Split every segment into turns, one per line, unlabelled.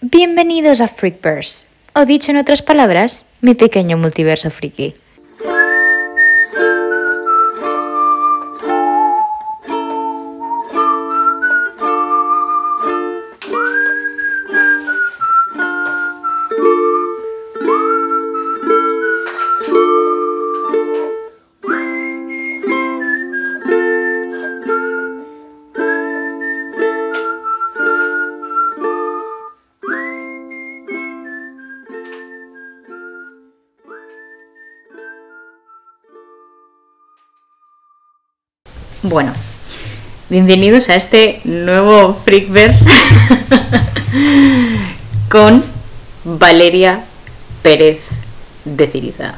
Bienvenidos a Freakverse, o dicho en otras palabras, mi pequeño multiverso friki.
Bueno, bienvenidos a este nuevo Freakverse con Valeria Pérez de Ciriza.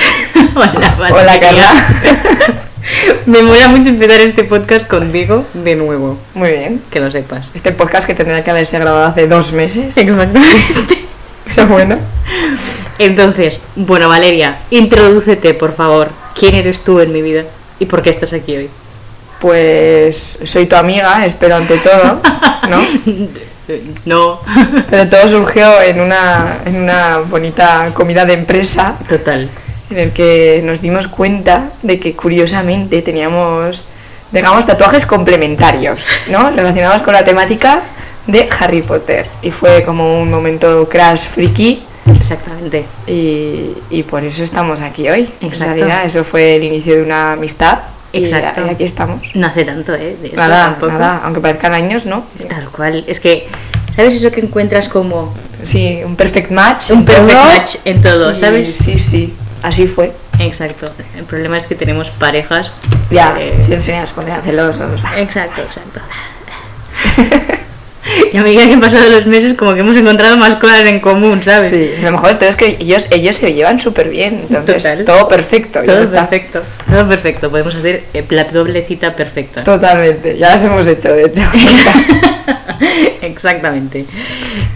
Hola,
Hola,
Carla. Me mola mucho empezar este podcast contigo de nuevo,
Muy bien.
que lo sepas.
Este podcast que tendría que haberse grabado hace dos meses.
Exactamente.
Pero bueno.
Entonces, bueno, Valeria, introdúcete, por favor. ¿Quién eres tú en mi vida y por qué estás aquí hoy?
Pues soy tu amiga, espero ante todo, ¿no?
Eh, No,
Pero todo surgió en una, en una bonita comida de empresa
total.
en el que nos dimos cuenta de que curiosamente teníamos, digamos, tatuajes complementarios, ¿no? Relacionados con la temática de Harry Potter. Y fue como un momento crash friki.
Exactamente.
Y, y por eso estamos aquí hoy.
Exacto.
En realidad, eso fue el inicio de una amistad. y-
Exacto.
Y, aquí estamos.
No hace tanto, ¿eh? De esto
Nada,
tampoco.
nada, aunque parezcan años, ¿no?
Tal cual. Es que, ¿sabes eso que encuentras como
Sí, un perfect match.
un
en todo.
perfect match en todo,
Y
¿sabes?
Sí, sí, así fue.
Exacto. El problema es que tenemos parejas.
Ya,
eh,
se enseñan, se ponían celosos.
Exacto, exacto. y a medida que han pasado los meses, como que hemos encontrado más cosas en común, ¿sabes?
Sí, lo mejor de todo es que ellos, ellos se llevan súper bien, entonces
Total.
todo perfecto. ya
Todo
está.
perfecto, todo perfecto. Podemos hacer eh, la doble cita perfecta.
Totalmente, ya las hemos hecho, de hecho.
Exactamente.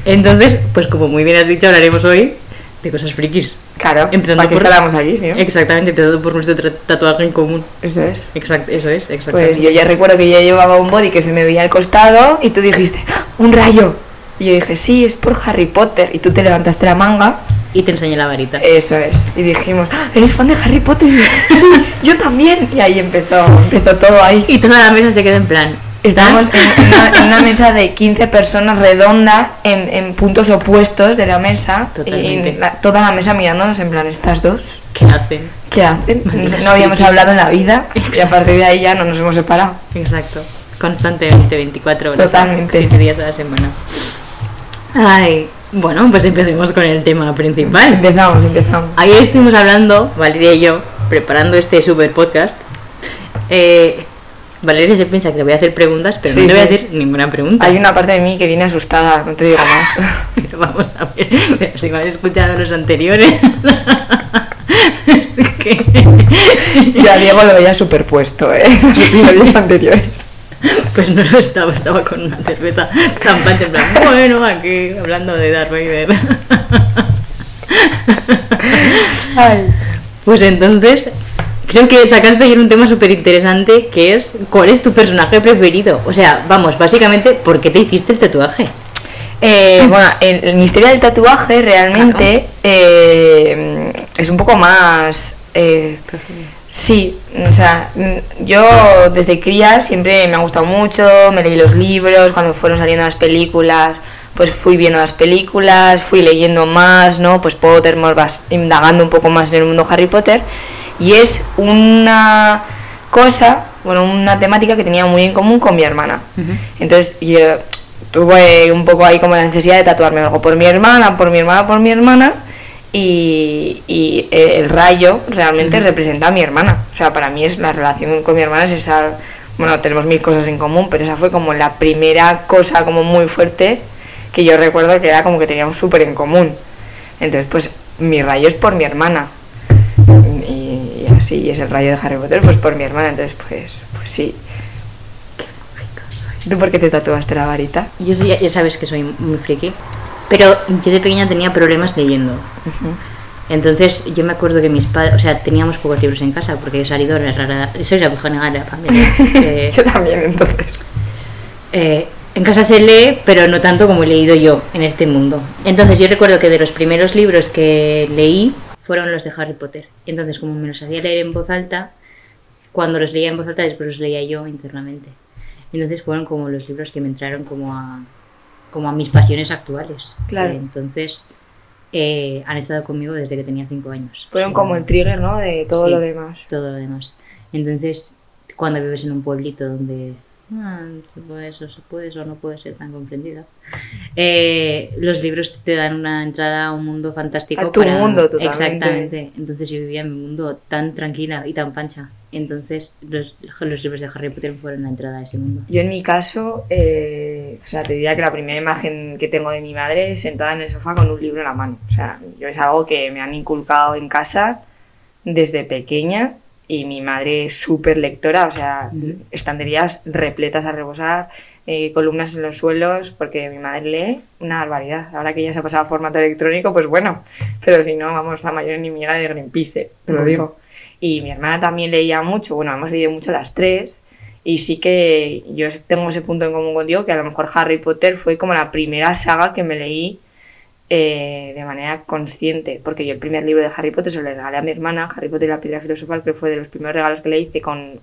Entonces, pues como muy bien has dicho, hablaremos hoy de cosas frikis.
claro,
Empezando
¿para qué
por-
estábamos aquí, sí? no?
Exactamente, empezando por nuestro tra- tatuaje en común.
Eso es.
Exacto, eso es,
Pues
exactamente.
yo ya recuerdo que yo llevaba un body que se me veía al costado y tú dijiste, ¡Ah! un rayo. Y yo dije, sí, es por Harry Potter. Y tú te levantaste la manga.
Y te enseñé la varita.
Eso es. Y dijimos, ¡Ah! eres fan de Harry Potter. Sí, yo también. Y ahí empezó, empezó todo ahí.
Y toda la mesa se queda en plan.
Estábamos en una, en una mesa de 15 personas redonda en, en puntos opuestos de la mesa.
Totalmente.
Y la- toda la mesa mirándonos en plan, estas dos,
¿Qué hacen?
¿qué hacen?
Maldita
No, no habíamos
friki.
hablado en la vida. Y a
Exacto.
partir de ahí ya no nos hemos separado.
Exacto. Constantemente, 24 horas.
Totalmente.
7 días a la semana. Ay, bueno, pues empecemos con el tema principal.
Empezamos, empezamos.
Ayer estuvimos hablando, Valeria y yo, preparando este super podcast. Eh, Valeria se piensa que le voy a hacer preguntas, pero
Sí,
no te voy a
sí.
hacer ninguna pregunta.
Hay una parte de mí que viene asustada, no te digo más.
Pero vamos a ver, pero si me has escuchado los anteriores. Es que-
Yo a Diego lo veía superpuesto, ¿eh? En los episodios anteriores.
Pues no lo estaba, estaba con una cerveza zampante en plan, bueno, aquí hablando de Darth Vader.
Ay.
Pues entonces, creo que sacaste ayer un tema súper interesante que es ¿cuál es tu personaje preferido? O sea, vamos, básicamente, ¿por qué te hiciste el tatuaje?
Eh, bueno, el, el misterio del tatuaje realmente eh, es un poco más... eh, sí, o sea, mm, yo desde cría siempre me ha gustado mucho, me leí los libros, cuando fueron saliendo las películas, pues fui viendo las películas, fui leyendo más, ¿no? Pues Potter, más vas indagando un poco más en el mundo Harry Potter. Y es una cosa, bueno, una temática que tenía muy en común con mi hermana. Entonces yo tuve un poco ahí como la necesidad de tatuarme algo por mi hermana, por mi hermana, por mi hermana. Y, y, eh, el rayo realmente representa a mi hermana. O sea, para mí es la relación con mi hermana es esa... Bueno, tenemos mil cosas en común, pero esa fue como la primera cosa como muy fuerte que yo recuerdo que era como que teníamos súper en común. Entonces, pues mi rayo es por mi hermana. Y, y así, y es el rayo de Harry Potter, pues por mi hermana. Entonces, pues, pues sí. ¿Tú por qué te tatuaste la varita?
Yo soy- ya sabes que soy muy friki, pero yo de pequeña tenía problemas leyendo. Entonces yo me acuerdo que mis padres, o sea, teníamos pocos libros en casa porque he salido la rara, soy la bujona de la familia. Eh,
Yo también, entonces.
eh, En casa se lee, pero no tanto como he leído yo en este mundo. Entonces yo recuerdo que de los primeros libros que leí fueron los de Harry Potter. Entonces como me los hacía leer en voz alta, cuando los leía en voz alta después los leía yo internamente. Entonces fueron como los libros que me entraron como a, como a mis pasiones actuales.
Claro.
Eh, Entonces eh, han estado conmigo desde que tenía cinco años.
Fueron como el trigger, ¿no? De todo
Sí,
lo demás.
Todo lo demás. Entonces, cuando vives en un pueblito donde ah, pues, o se puede o no puede ser tan comprendida, eh, los libros te dan una entrada a un mundo fantástico.
A tu mundo, totalmente.
Exactamente. Entonces yo vivía en un mundo tan tranquila y tan pancha. Entonces los, los libros de Harry Potter fueron la entrada a ese mundo.
Yo en mi caso, eh, o sea, te diría que la primera imagen que tengo de mi madre es sentada en el sofá con un libro en la mano. O sea, yo es algo que me han inculcado en casa desde pequeña y mi madre es súper lectora, o sea,
Ujú.
estanterías repletas a rebosar, eh, columnas en los suelos, porque mi madre lee una barbaridad. Ahora que ya se ha pasado a formato electrónico, pues bueno, pero si no, vamos, la mayor enemiga de Greenpeace, eh, te lo
Ujú.
digo. Y mi hermana también leía mucho, bueno, hemos leído mucho las tres, y sí que yo tengo ese punto en común contigo, que a lo mejor Harry Potter fue como la primera saga que me leí eh, de manera consciente, porque yo el primer libro de Harry Potter se lo regalé a mi hermana, Harry Potter y la piedra filosofal, que fue de los primeros regalos que le hice con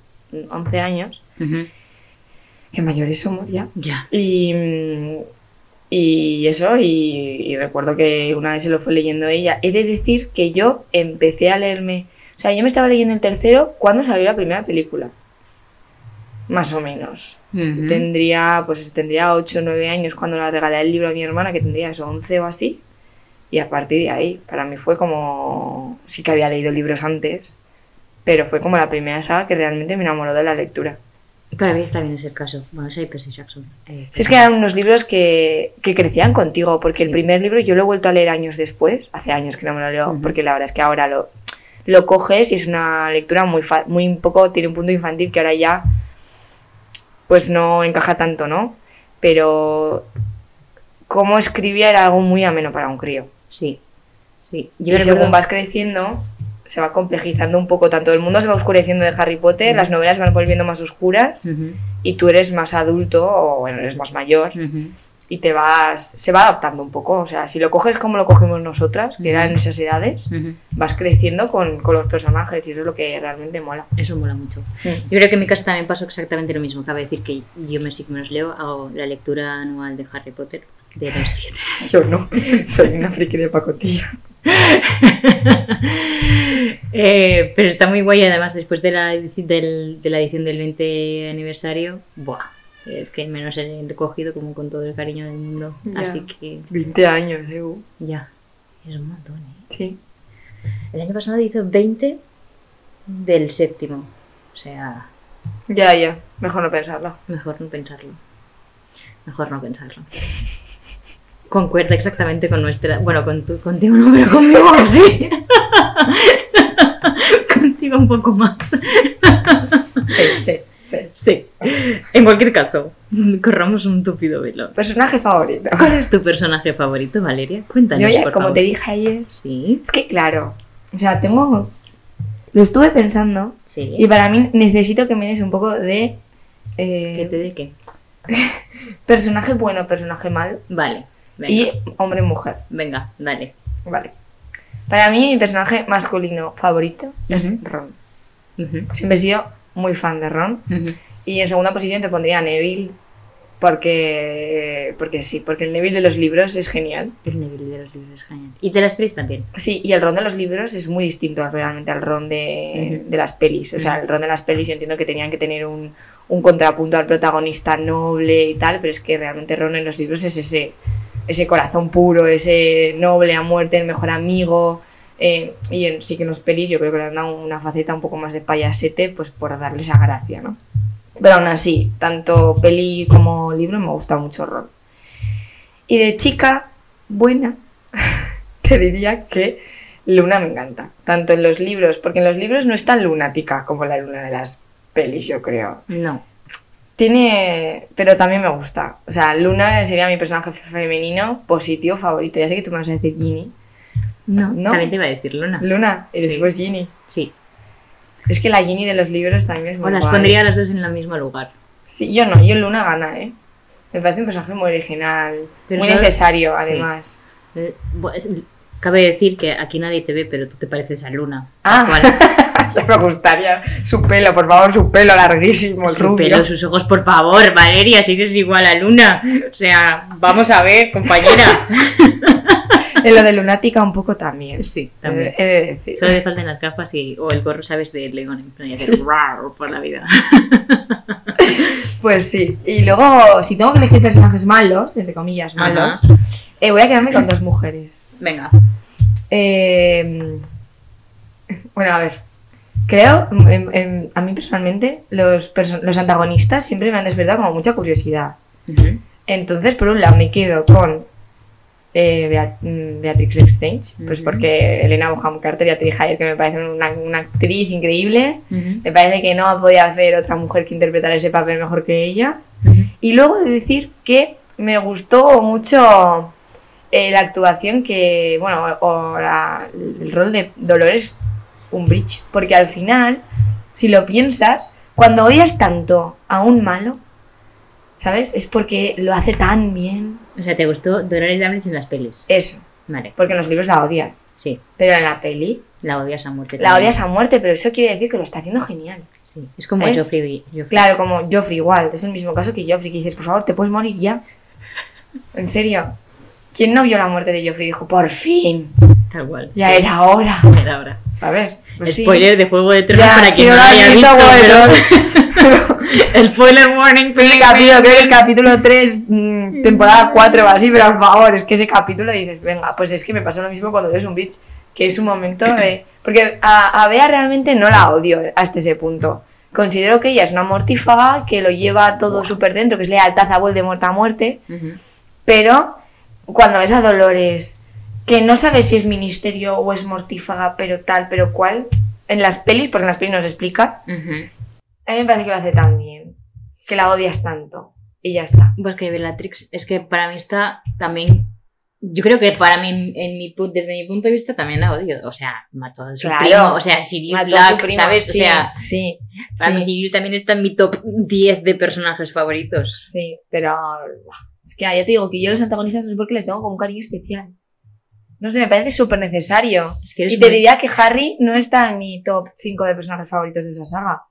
11 años, que mayores somos ya.
Ya.
Y, mm, y eso, y, y recuerdo que una vez se lo fue leyendo ella. He de decir que yo empecé a leerme, o sea, yo me estaba leyendo el tercero cuando salió la primera película, más o menos.
Ujú.
Tendría, pues tendría 8 o 9 años cuando le regalé el libro a mi hermana, que tendría eso, 11 o así. Y a partir de ahí, para mí fue como. Sí que había leído libros antes, pero fue como la primera saga que realmente me enamoró de la lectura.
Para mí también es el caso. Bueno, soy Percy Jackson. eh,
Si es que eran unos libros que, que crecían contigo, porque el
Sí.
primer libro yo lo he vuelto a leer años después, hace años que no me lo leo,
Ujú.
porque la verdad es que ahora lo, lo coges y es una lectura muy, fa- muy un poco, tiene un punto infantil que ahora ya pues no encaja tanto, ¿no? Pero cómo escribía era algo muy ameno para un crío.
Sí. Sí. Yo
Y según
recuerdo-
vas creciendo, se va complejizando un poco, tanto el mundo se va oscureciendo de Harry Potter,
Ujú.
las novelas se van volviendo más oscuras
Ujú,
y tú eres más adulto o bueno, eres más mayor
ujú.
y te vas, se va adaptando un poco. O sea, si lo coges como lo cogimos nosotras, que eran esas edades,
Ujú.
vas creciendo con, con los personajes y eso es lo que realmente mola.
Eso mola mucho.
Mm.
Yo creo que en mi casa también pasó exactamente lo mismo. Cabe decir que yo me, sí que me los leo, hago la lectura anual de Harry Potter de los siete.
Yo no, soy una friki de pacotilla.
Eh, pero está muy guay, además, después de la, edici- del- de la edición del 20 aniversario, ¡buah! Es que me los he recogido como con todo el cariño del mundo.
Ya.
Así que
20 años, ¿eh? uh,
ya, es un montón. ¿eh?
Sí.
El año pasado hizo 20 del séptimo. O sea,
Ya, ya, mejor no pensarlo.
Mejor no pensarlo. Mejor no pensarlo. Concuerda exactamente con nuestra. Bueno, con tu, contigo no, pero conmigo sí. contigo un poco más.
Sí, sí, sí.
Sí. En cualquier caso, corramos un tupido velo.
Personaje favorito.
¿Cuál es tu personaje favorito, Valeria? Cuéntanos.
Yo ya,
por
como
favor.
te dije ayer,
Sí,
es que claro, o sea, tengo... Lo estuve pensando
sí.
y para mí necesito que me des un poco de...
¿Qué
eh,
te de qué?
Personaje bueno, personaje malo
Vale. Venga,
y hombre-mujer.
venga, dale.
Vale. Para mí, mi personaje masculino favorito es
Ujú.
Ron.
Ujú,
Siempre he sido muy fan de Ron.
ujú.
Y en segunda posición te pondría a Neville. Porque, porque sí, porque el Neville de los libros es genial.
El Neville de los libros es genial. Y de las pelis también.
Sí, y el Ron de los libros es muy distinto realmente al Ron de,
Ujú.
de las pelis. O sea,
Ujú.
el Ron de las pelis yo entiendo que tenían que tener un, un contrapunto al protagonista noble y tal, pero es que realmente Ron en los libros es ese, ese corazón puro, ese noble a muerte, el mejor amigo. eh, y en, sí que en los pelis yo creo que le han dado una faceta un poco más de payasete, pues por darle esa gracia, ¿no? Pero aún así, tanto peli como libro me gusta mucho Ron. Y de chica buena, te diría que Luna me encanta. Tanto en los libros, porque en los libros no es tan lunática como la luna de las pelis, yo creo.
No.
Tiene. Pero también me gusta. O sea, Luna sería mi personaje fe- femenino positivo favorito. Ya sé que tú me vas a decir Ginny.
No.
No.
También te iba a decir Luna.
Luna, eres
Sí.
vos Ginny.
Sí.
Es que la Ginny de los libros también es muy
O las
guay.
pondría a las dos en el mismo lugar.
Sí, yo no, yo Luna gana, ¿eh? Me parece un personaje muy original,
Pero
muy
¿sabes?
necesario
Sí.
además.
Eh, bu- es- Cabe decir que aquí nadie te ve, pero tú te pareces a Luna.
Ah,
Tal cual.
ya me gustaría su pelo, por favor, su pelo larguísimo, el
Su
rubio.
pelo, sus ojos, por favor, Valeria, si eres igual a Luna. O sea, vamos a ver, compañera.
En lo de lunática un poco también. Eh,
Sí, también.
He de decir.
Solo le faltan las gafas y, o el gorro, ¿sabes? De León. En plan, y hacer rar por la vida.
Pues sí. Y luego, si tengo que elegir personajes malos, entre comillas,
Ajá.
malos, eh, voy a quedarme con dos mujeres.
Venga.
Eh, bueno, a ver. Creo, mm, em, em, a mí personalmente, los, perso- los antagonistas siempre me han despertado como mucha curiosidad.
Ujú,
Entonces, por un lado, me quedo con eh, Bea- mm, Beatrix Exchange, pues
Ujú.
porque Elena Bonham Carter, ya te dije ayer que me parece una, una actriz increíble.
ujú,
Me parece que no podía hacer otra mujer que interpretara ese papel mejor que ella.
ujú.
Y luego de decir que me gustó mucho eh, la actuación que, bueno, o la- el rol de Dolores Umbridge, porque al final, si lo piensas, cuando odias tanto a un malo, ¿sabes? Es porque lo hace tan bien.
O sea, ¿te gustó Dolores Umbridge en las pelis?
Eso,
Vale,
porque en los libros la odias,
sí.
pero en la peli
La odias a muerte.
la
también.
odias a muerte, pero eso quiere decir que lo está haciendo genial.
Sí, es como
¿Ves?
Joffrey. Joffrey.
Claro, como Joffrey igual, es el mismo caso que Joffrey, que dices, por favor, te puedes morir ya. En serio. ¿Quién no vio la muerte de Joffrey y dijo, por fin,
Tal cual.
ya
Sí,
era hora?
Era ahora.
¿Sabes? Pues sí.
Spoiler de Juego de Tronos
Ya,
para
si
quien
no
no lo
lo has
haya
visto,
visto.
bueno.
pero- Spoiler warning,
Ese capítulo, creo que es capítulo 3, mm, temporada 4 o así, pero por favor, es que ese capítulo dices, venga, pues es que me pasó lo mismo cuando eres un bitch, que es un momento de... Porque a, a Bea realmente no la odio hasta ese punto. Considero que ella es una mortífaga que lo lleva todo súper dentro, que es lealtad a Voldemort a muerte,
Ujú.
Pero cuando ves a Dolores, que no sabes si es ministerio o es mortífaga, pero tal, pero cual, en las pelis, porque en las pelis nos explica,
Ujú.
a mí me parece que lo hace tan bien, que la odias tanto, y ya está.
Pues que Bellatrix es que para mí está también. Yo creo que para mí, en, en mi, pu- desde mi punto de vista, también la odio. O sea, mató a su
Claro.
primo. O sea, Sirius
Mató a su
Black,
primo,
¿sabes?
sí,
o sea,
sí,
para mí
sí,
Sirius también está en mi top 10 de personajes favoritos.
sí, pero buah, es que ya te digo que yo los antagonistas no sé por qué les tengo como un cariño especial. No sé, me parece súper necesario.
Es que eres
Y te
muy-
diría que Harry no está en mi top 5 de personajes favoritos de esa saga.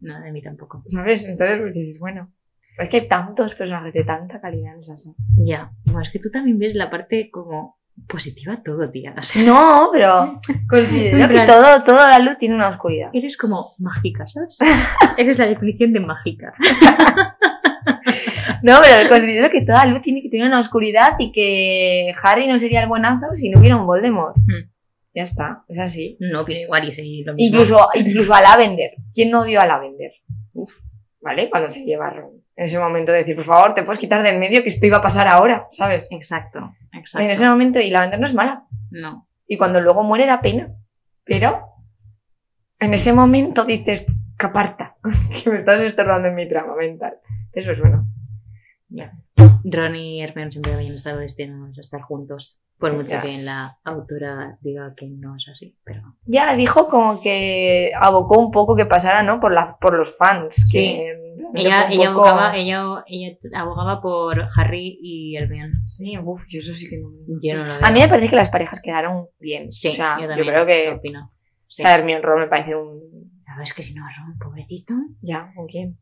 No, de mí tampoco.
¿Sabes? Entonces pues, dices, bueno, es que hay tantos personajes de tanta calidad en esa serie.
Ya. Bueno, es que tú también ves la parte como positiva a todo, tía. O sea,
No, pero considero
En
que
plan-
todo, toda la luz tiene una oscuridad.
Eres como mágica, ¿sabes? Esa es la definición de mágica.
No, pero considero que toda luz tiene que tener una oscuridad y que Harry no sería el buenazo si no hubiera un Voldemort.
Hmm.
Ya está, es así.
No, pero igual y sí, lo mismo.
Incluso, incluso a Lavender. ¿Quién no dio a Lavender?
Uf.
¿Vale? Cuando se lleva a Ron. En ese momento de decir, por favor, te puedes quitar del medio que esto iba a pasar ahora, ¿sabes?
Exacto, exacto.
En ese momento, y Lavender no es mala.
No.
y cuando luego muere da pena. Pero en ese momento dices, caparta, que me estás estorbando en mi trama mental. Entonces, pues bueno,
Ron y Hermione siempre habían estado destinados a estar juntos. Por mucho
Ya.
que la autora diga que no es así, pero...
ya dijo como que abocó un poco que pasara, ¿no? Por, la, por los fans.
Sí.
que realmente
Ella,
fue un
ella,
poco-
abogaba, ella, ella abogaba por Harry y Hermione.
Sí, uf, yo eso sí que no.
Yo no lo veo.
A mí me parece que las parejas quedaron bien.
Sí,
o sea,
yo
yo,
también
creo que.
opino. Sí.
O sea, Hermione Ron me parece un.
Claro, es que si no, Ron, pobrecito.
Ya, ¿con quién?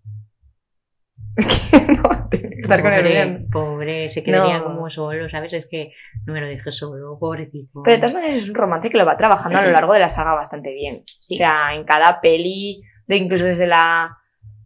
no, tiene que estar con
pobre,
Hermione.
Pobre, se quedaría
No.
como solo, ¿sabes? Es que no me lo dejes solo, pobrecito.
Pero de todas maneras es un romance que lo va trabajando a lo largo de la saga bastante bien.
Sí.
O sea, en cada peli, de incluso desde la.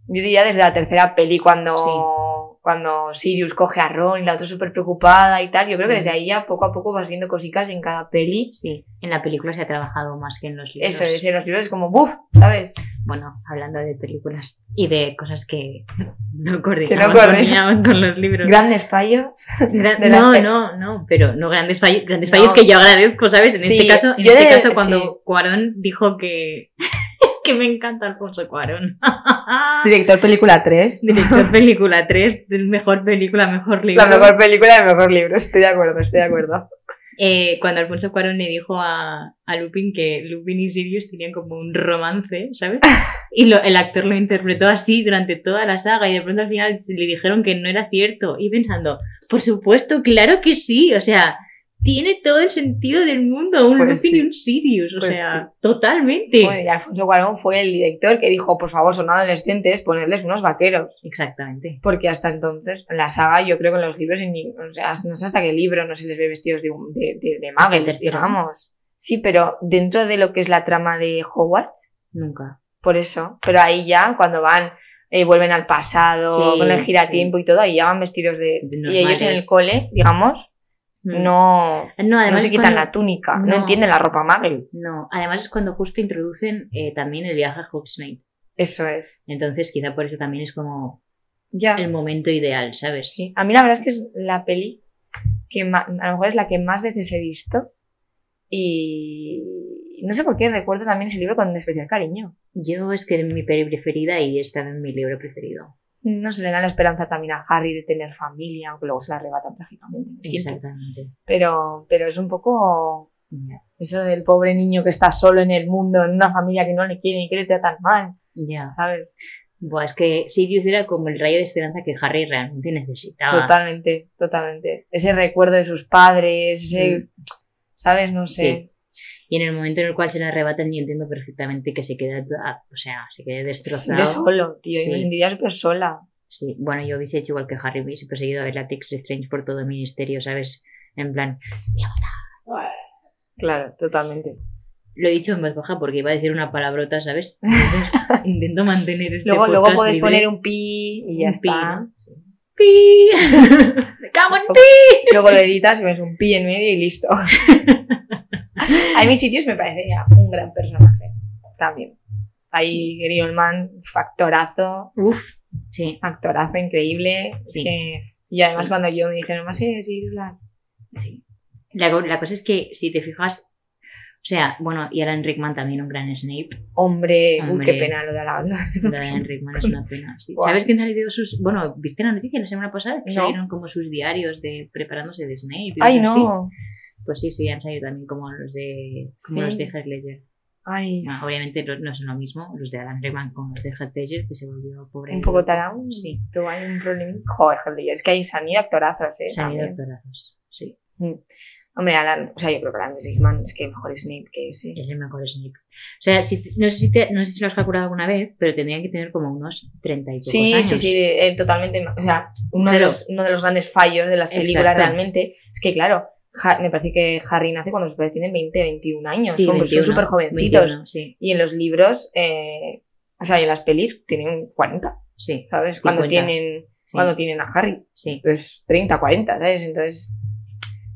Yo diría desde la tercera peli, cuando, cuando Sirius coge a Ron y la otra súper preocupada y tal. Yo creo que desde ahí ya poco a poco vas viendo cositas en cada peli.
Sí, en la película se ha trabajado más que en los libros.
Eso es, en los libros es como buf, ¿sabes?
Bueno, hablando de películas y de cosas que no coordinaban,
coordinan.
coordinaban con los libros.
Grandes fallos.
Gra-
de las
no,
pe-
no, no, pero no grandes fallos, grandes
No.
fallos que yo agradezco, ¿sabes? En
Sí,
este caso, en
yo
este
de-
caso cuando
sí.
Cuarón dijo que es que me encanta Alfonso Cuarón.
Director película 3.
Director película 3, mejor película, mejor libro.
La mejor película y el mejor libro, estoy de acuerdo, estoy de acuerdo.
eh, cuando Alfonso Cuarón le dijo a, a Lupin que Lupin y Sirius tenían como un romance, ¿sabes? Y lo- el actor lo interpretó así durante toda la saga y de pronto al final se- le dijeron que no era cierto. Y pensando, por supuesto, claro que sí, o sea, tiene todo el sentido del mundo un
Pues
Lupin
sí.
y un Sirius, o
Pues
sea, totalmente.
Bueno, y Alfonso Cuarón fue el director que dijo, por favor, son adolescentes, ponerles unos vaqueros.
Exactamente.
Porque hasta entonces, en la saga, yo creo que en los libros, en ni- o sea, no sé hasta qué libro no se les ve vestidos de, un- de, de, de muggles,
tercero, ¿no?
digamos. Sí, pero dentro de lo que es la trama de Hogwarts,
Nunca.
por eso. Pero ahí ya, cuando van, eh, vuelven al pasado,
Sí,
con el giratiempo y todo, ahí ya van vestidos de...
De
y ellos en
normales.
el cole, digamos,
Mm.
no,
No,
no
además
se
es
quitan
cuando-
la túnica, no.
no.
entienden la ropa muggle.
No, además es cuando justo introducen eh, también el viaje a Hogsmeade.
Eso es.
Entonces, quizá por eso también es como
Ya.
el momento ideal, ¿sabes?
Sí, a mí la verdad es que es la peli que ma- a lo mejor es la que más veces he visto y no sé por qué recuerdo también ese libro con especial cariño.
Yo es que es mi peli preferida y es también mi libro preferido.
No se le da la esperanza también a Harry de tener familia, aunque luego se la arrebatan trágicamente. en el tiempo.
Exactamente.
Pero, pero es un poco
Ya.
eso del pobre niño que está solo en el mundo, en una familia que no le quiere y que le tratan mal,
ya.
¿sabes?
Buah, es que Sirius era como el rayo de esperanza que Harry realmente necesitaba.
Totalmente, totalmente. Ese recuerdo de sus padres, ese, ¿sabes? No sé.
Sí. Y en el momento en el cual se le arrebatan, yo entiendo perfectamente que se queda, ah, o sea, se queda destrozado.
Siempre solo, tío. Y me
Sí.
sentiría súper sola.
Sí, bueno, yo hubiese hecho igual que Harry, hubiese perseguido a Bellatrix Strange por todo el ministerio, ¿sabes? En plan,
Claro, totalmente.
Lo he dicho en voz baja porque iba a decir una palabrota, ¿sabes? Entonces, intento mantener este
luego luego
podcast
puedes
libre.
poner un pi y ya
Un pi,
está.
¿no? ¡Pi! ¡Me cago en pi!
Luego lo editas y pones un pi en medio y listo. A mí Sirius me parecería un gran personaje también. Ahí
Sí.
Grionman, factorazo,
Uf, sí,
actorazo increíble. Es
Sí.
que- Y además
Sí.
cuando yo me dijeron, más es Sirius Black.
sí. La, co- la cosa es que, si te fijas, o sea, bueno, y Alan Rickman también un gran Snape.
Hombre, uy,
Hombre.
qué pena lo de la
Lo de Alan Rickman es una pena. sí.
Guau.
¿Sabes quién han salido sus...? Bueno, ¿viste la noticia la semana pasada? Que
No.
salieron como sus diarios de preparándose de Snape. y
Ay,
cosas así?
no.
Pues sí, sí, han salido también como los de, como
Sí.
los de Heath Ledger.
Ay,
Bueno, obviamente lo- no son lo mismo los de Alan Rickman con los de Heath Ledger, que se volvió pobre.
un poco tarao.
Sí,
Tú hay un problema. Joder, Hellraiser, es que hay sanidad actorazos, eh.
se han ido
también.
actorazos, Sí,
Mm. Hombre, Alan, o sea, yo creo que Alan Rickman es que mejor Snape que ese.
es el mejor Snape. O sea, si- no, sé si te- no sé si lo has calculado alguna vez, pero tendrían que tener como unos 30 y pocos
Sí,
años.
sí, sí, eh, totalmente. O sea, uno, de
Claro.
los, uno de los grandes fallos de las películas
Exacto.
realmente es que, claro, Ha- me parece que Harry nace cuando los padres tienen 20, 21 años.
Sí,
son pues, son
21,
súper jovencitos.
21, sí,
Y en los libros, eh, o sea, y en las pelis tienen 40,
sí,
¿sabes? Cuando
50.
tienen,
sí,
cuando tienen a Harry.
sí.
Entonces, 30, 40, ¿sabes? Entonces,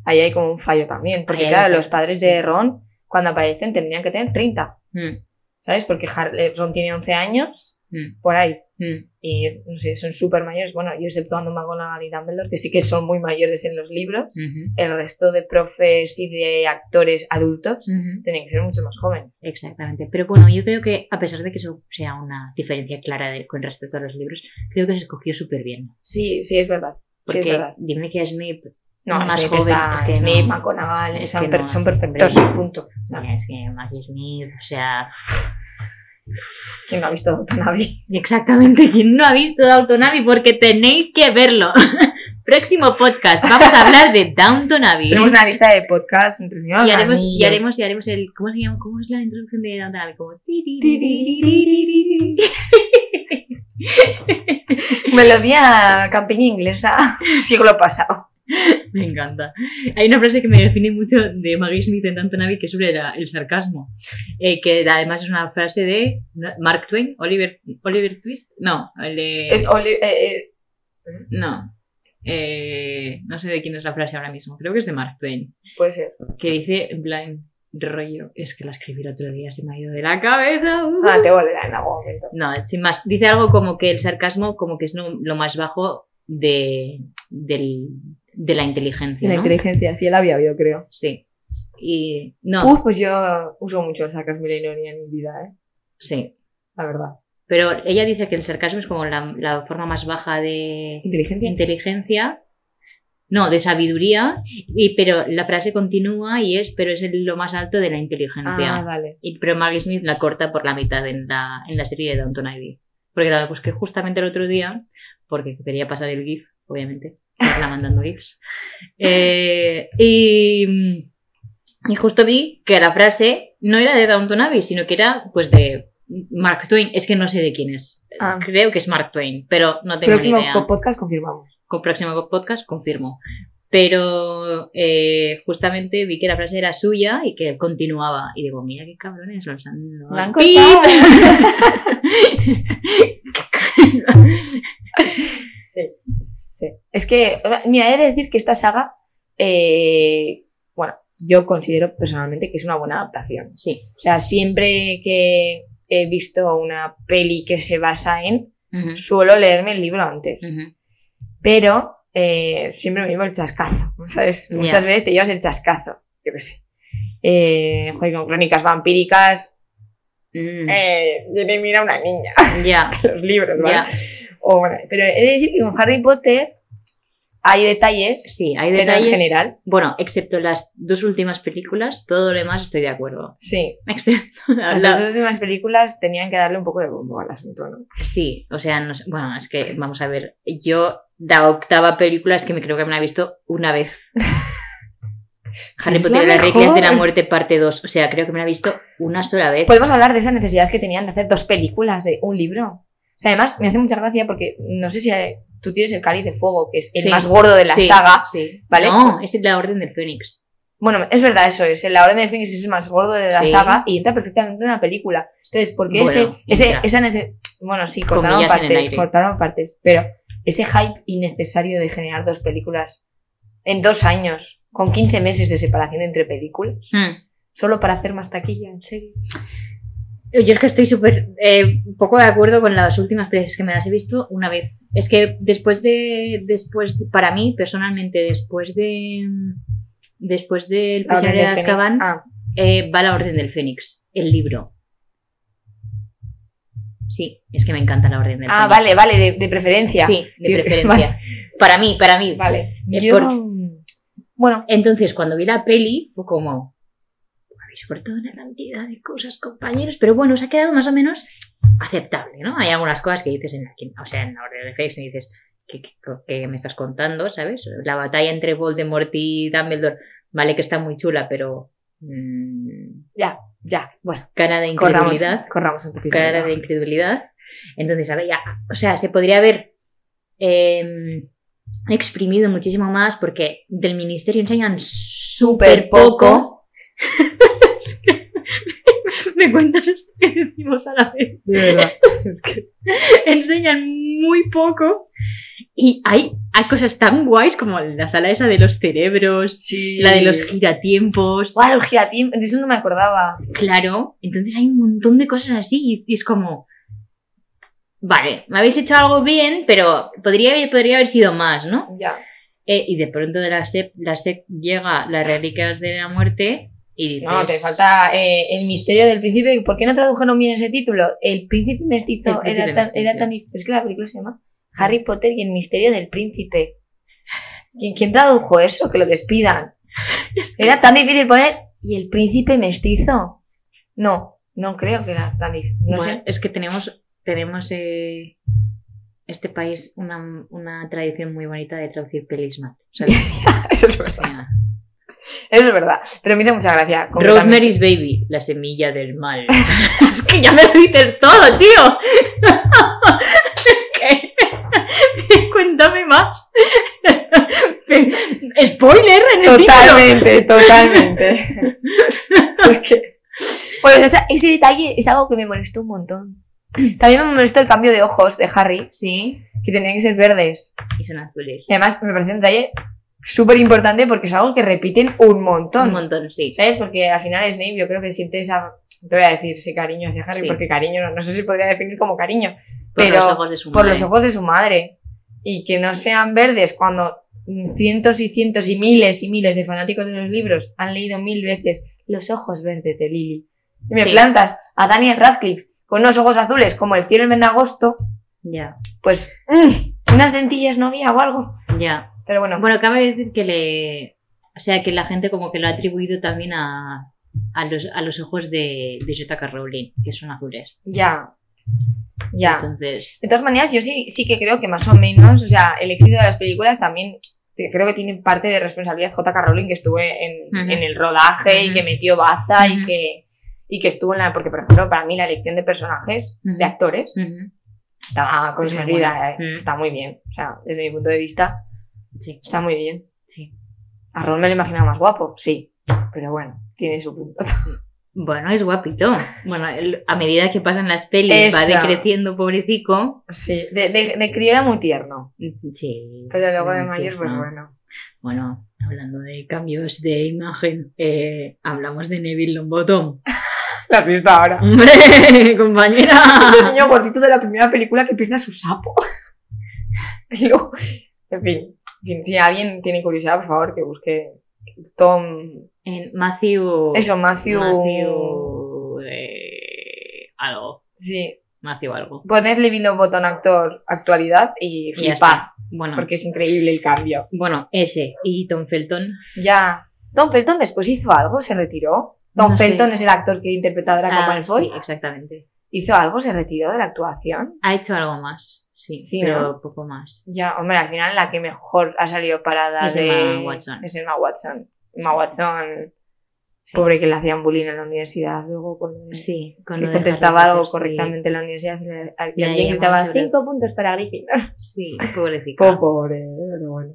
ahí hay como un fallo también. Porque,
Ahí hay
claro,
otro.
los padres de Ron, cuando aparecen, tendrían que tener 30,
Mm,
¿sabes? Porque Har- eh, Ron tiene 11 años,
mm,
por ahí.
mm.
y no sé, son súper mayores. Bueno, yo exceptuando McGonagall y Dumbledore, que sí que son muy mayores en los libros,
Ujú,
el resto de profes y de actores adultos
ujú.
tienen que ser mucho más jóvenes.
Exactamente. Pero bueno, yo creo que a pesar de que eso sea una diferencia clara de- con respecto a los libros, creo que se escogió súper bien.
Sí, sí, es verdad. Sí,
Porque
es verdad.
dime que Snape
No,
más
Snape
joven,
está-
es que
Snape,
no.
McGonagall,
Es
son,
que
per-
no,
son perfectos, punto. O sea,
Mira, es que Maggie Smith, o sea,
¿Quién no ha visto Dotonavi?
exactamente quien no ha visto Downton Abbey porque tenéis que verlo. Próximo podcast, vamos a hablar de Downton Abbey.
Tenemos una lista de podcasts entre el Señor de los
Y haremos, y
Anillos.
haremos, y haremos el, ¿cómo se llama? ¿Cómo es la introducción de Downton Abbey? Como...
Melodía ah, campiña inglesa, siglo pasado.
Me encanta. Hay una frase que me define mucho de Maggie Smith en Downton Abbey que es sobre la- el sarcasmo, eh, que además es una frase de ¿no? Mark Twain, Oliver, Oliver Twist, no, el de...
Es Oli- eh, eh,
No. Eh, no sé de quién es la frase ahora mismo. Creo que es de Mark Twain.
puede ser.
Que dice, en plan, rollo. Es que la escribí el otro día, se me ha ido de la cabeza. uh".
Ah, te volverá en algún momento.
No, sin más. Dice algo como que el sarcasmo, como que es no- lo más bajo de, del- de la inteligencia. ¿no?
inteligencia, sí, él había habido, creo.
Sí. Y. No,
Uf, pues yo uso mucho el sarcasmo y la ironía en mi vida, ¿eh?
sí.
La verdad.
Pero ella dice que el sarcasmo es como la, la forma más baja de
Inteligencia.
inteligencia. No, de sabiduría, y, pero la frase continúa y es, pero es el- lo más alto de la inteligencia.
Ah, vale.
Y- pero Maggie Smith la corta por la mitad en la, en la serie de Downton Abbey. Porque la busqué justamente el otro día, porque quería pasar el GIF, obviamente. me estaba mandando GIFs. Eh, y, y justo vi que la frase no era de Downton Abbey, sino que era pues de Mark Twain. Es que no sé de quién es.
Ah.
Creo que es Mark Twain, pero no tengo
Próximo
ni idea
co- podcast confirmamos.
con próximo podcast confirmo. Pero eh, justamente vi que la frase era suya y que continuaba. Y digo, mira qué cabrones los han.
La han
¡Pip!
Sí, sí. Es que, o sea, mira, he de decir que esta saga, eh, bueno, yo considero personalmente que es una buena adaptación.
sí.
O sea, siempre que he visto una peli que se basa en,
Ujú,
suelo leerme el libro antes.
ujú.
Pero eh, siempre me llevo el chascazo, ¿sabes?
Ya.
Muchas veces te llevas el chascazo, yo qué sé. Eh, joder, con crónicas vampíricas,
Mm,
eh, yo le miro a una niña
Ya,
los libros, ¿vale?
ya.
O, bueno, pero he de decir que con Harry Potter hay detalles,
Sí, hay
pero en
detalles.
general,
Bueno, excepto las dos últimas películas, todo lo demás estoy de acuerdo.
sí.
Excepto la-
Las
la-
dos últimas películas tenían que darle un poco de bombo al asunto, ¿no?
Sí, o sea, no sé- bueno, es que vamos a ver. Yo, la octava película es que me creo que me la he visto una vez. Harry
Sí, es
Potter y
la
las reglas de la
mejor. Pues
muerte, parte 2. O sea, creo que me la he visto una sola vez.
Podemos hablar de esa necesidad que tenían de hacer dos películas de un libro. O sea, además me hace mucha gracia porque no sé si eh, tú tienes el Cáliz de Fuego, que es el
Sí.
más gordo de la
Sí,
saga.
sí.
¿vale?
No, es la Orden del Fénix.
Bueno, es verdad eso, es la Orden de Phoenix es el más gordo de la
Sí.
saga y entra perfectamente en una película. Entonces, ¿por qué
Bueno,
ese, ese,
entra.
esa nece- Bueno, sí, cortaron
Comillas en el
partes,
aire.
cortaron partes, pero ese hype innecesario de generar dos películas en dos años, con 15 meses de separación entre películas,
Mm.
solo para hacer más taquilla, en serio.
Yo es que estoy súper eh, poco de acuerdo con las últimas veces que me las he visto una vez. Es que después de. después de- Para mí, personalmente, después de. Después del
La Orden
prisionero de
del Fénix.
Azkaban,
Ah,
Eh, va la Orden del Fénix, el libro. Sí, es que me encanta la Orden del
ah,
Fénix.
vale, vale, de, de preferencia.
Sí, de
Sí,
preferencia. Para mí, para mí.
Vale.
Es
Yo-
por-
Bueno,
Entonces, cuando vi la peli, fue como. Habéis cortado una cantidad de cosas, compañeros, pero bueno, se ha quedado más o menos aceptable, ¿no? Hay algunas cosas que dices en la, quin- o sea, en la Orden del Fénix y dices, ¿qué, qué, qué me estás contando, sabes? La batalla entre Voldemort y Dumbledore, vale que está muy chula, pero. mm,
ya, ya, bueno.
cara de
Corramos,
incredulidad.
corramos un poquito.
cara de incredulidad. Entonces, a ver, ya, o sea, se podría haber eh, exprimido muchísimo más porque del ministerio enseñan súper
Súper poco.
poco. Es que me cuentas esto que decimos a la vez.
De verdad. Es que-
Enseñan muy poco y hay, hay cosas tan guays como la sala esa de los cerebros,
Sí.
la de los giratiempos.
¡Guau, los giratiempos! De eso no me acordaba.
Claro, entonces hay un montón de cosas así y- y es como, vale, me habéis hecho algo bien, pero podría, podría haber sido más, ¿no?
Ya.
Eh, y de pronto de la SEP, la SEP llega las reliquias de la muerte y dices,
No, te falta eh, el misterio del príncipe. ¿Por qué no tradujeron bien ese título? El príncipe mestizo
El príncipe
era, tan,
mestizo.
era tan dif- Es que la película se llama Harry Potter y el misterio del príncipe. ¿Qui- ¿Quién tradujo eso? Que lo despidan. Era tan difícil poner. ¿Y el príncipe mestizo? No, no creo que era tan difícil. No
bueno,
sé.
es que tenemos, tenemos eh, este país una, una tradición muy bonita de traducir pelis mal, ¿sabes?
Eso es
O
verdad.
sea,
Eso es verdad. Pero me hizo mucha gracia. completamente.
Rosemary's Baby, la semilla del mal. es que ya me lo dices todo, tío. es que. Cuéntame más. Spoiler en el
Totalmente, totalmente. es que. Bueno, esa- ese detalle es algo que me molestó un montón. También me molestó el cambio de ojos de Harry,
Sí.
que tenían que ser verdes.
Y son azules.
Y además me parece un detalle súper importante porque es algo que repiten un montón.
Un montón, sí.
¿Sabes? Porque al final Snape yo creo que siente esa. Te voy a decir ese cariño hacia Harry,
Sí.
porque cariño no, no sé si podría definir como cariño,
Por
pero
los ojos de su
por
madre.
los ojos de su madre. Y que no sean verdes cuando cientos y cientos y miles y miles de fanáticos de los libros han leído mil veces Los ojos verdes de Lily. Y me
Sí.
plantas a Daniel Radcliffe con unos ojos azules como el cielo en agosto,
Ya,
pues mm, unas lentillas no había o algo.
ya.
Pero bueno,
Bueno, cabe decir que le. O sea, que la gente como que lo ha atribuido también a, a, los, a los ojos de, de J.K. Rowling, que son azules.
ya. Ya.
Entonces,
De todas maneras, yo sí, sí que creo que más o menos, o sea, el éxito de las películas también te- creo que tiene parte de responsabilidad J.K. Rowling que estuve en,
Ujú.
en el rodaje y
Ujú.
que metió baza y
Ujú.
que y que estuvo en la porque por ejemplo para mí la elección de personajes
Ujú.
de actores
ujú,
estaba conseguida, eh,
Ujú.
está muy bien, o sea, desde mi punto de vista
sí,
está muy bien.
sí.
A Ron me lo imaginaba más guapo, sí, pero bueno, tiene su punto.
Bueno, es guapito. Bueno, el- a medida que pasan las pelis va
Esa.
decreciendo, pobrecico.
Sí, de, de, de crío era muy tierno,
Sí.
pero luego de
sí,
mayor pues
no.
bueno.
Bueno, hablando de cambios de imagen, eh, hablamos de Neville Longbottom.
Ah. La has visto ahora.
¡Hombre, compañera!
Es el niño gordito de la primera película que pierde a su sapo. y luego, en fin, en fin, si alguien tiene curiosidad, por favor, que busque Tom.
En Matthew...
Eso, Matthew.
Matthew, eh, algo.
Sí,
Matthew algo.
ponedle Billo Botón actor actualidad y
Y ya está.
flipad,
Bueno,
porque es increíble el cambio.
bueno, ese y Tom Felton.
Ya. Tom Felton después hizo algo, se retiró. Tom
No sé.
Felton es el actor que interpretaba a Draco
Ah,
Malfoy.
sí, exactamente.
¿Hizo algo? ¿Se retiró de la actuación?
Ha hecho algo más, sí,
Sí,
pero
¿no?
poco más.
Ya, hombre, al final la que mejor ha salido parada
Es
de...
Emma Watson.
Es Emma Watson. Emma Watson,
Sí.
pobre que le hacían bullying en la universidad, luego con lo de-
Sí, con
que
lo de
contestaba
Harry
algo
Potter, sí.
correctamente en la universidad y le- y
Le
alguien
llaman
gritaba
sobre-
cinco puntos para Gryffindor.
Sí, pobrecito.
Po- Pobre, pero bueno.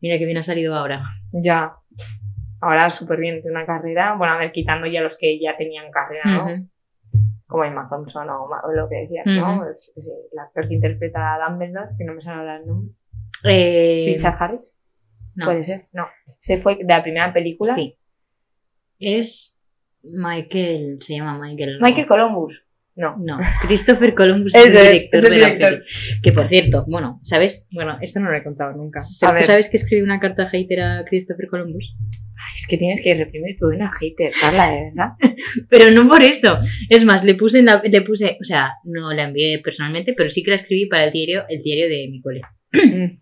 Mira que bien ha salido ahora.
Ya, pff, ahora súper bien, tiene una carrera, bueno, a ver, quitando ya los que ya tenían carrera, ¿no?
Ujú.
Como Emma Thompson o, Ma- o lo que decías, ¿no?
Ujú.
Pues, sí, el actor que interpreta a Dumbledore, que no me sale ahora el nombre.
Eh,
Richard Harris.
no,
Puede ser, no. Se fue de la primera película.
Sí. Es Michael, se llama Michael. algo.
Michael Columbus. No.
No, Christopher Columbus es
Ese
el
es,
director
es el
de la
director.
peli. Que por cierto, bueno, ¿sabes? Bueno, esto no lo he contado nunca.
A
Pero tú
ver.
sabes que escribí una carta hater a Christopher Columbus.
Ay, es que tienes que reprimir tu una hater, Carla, de verdad.
Pero no por esto. Es más, le puse, en la- le puse, o sea, no la envié personalmente, pero sí que la escribí para el diario, el diario de mi colegio.
Mm.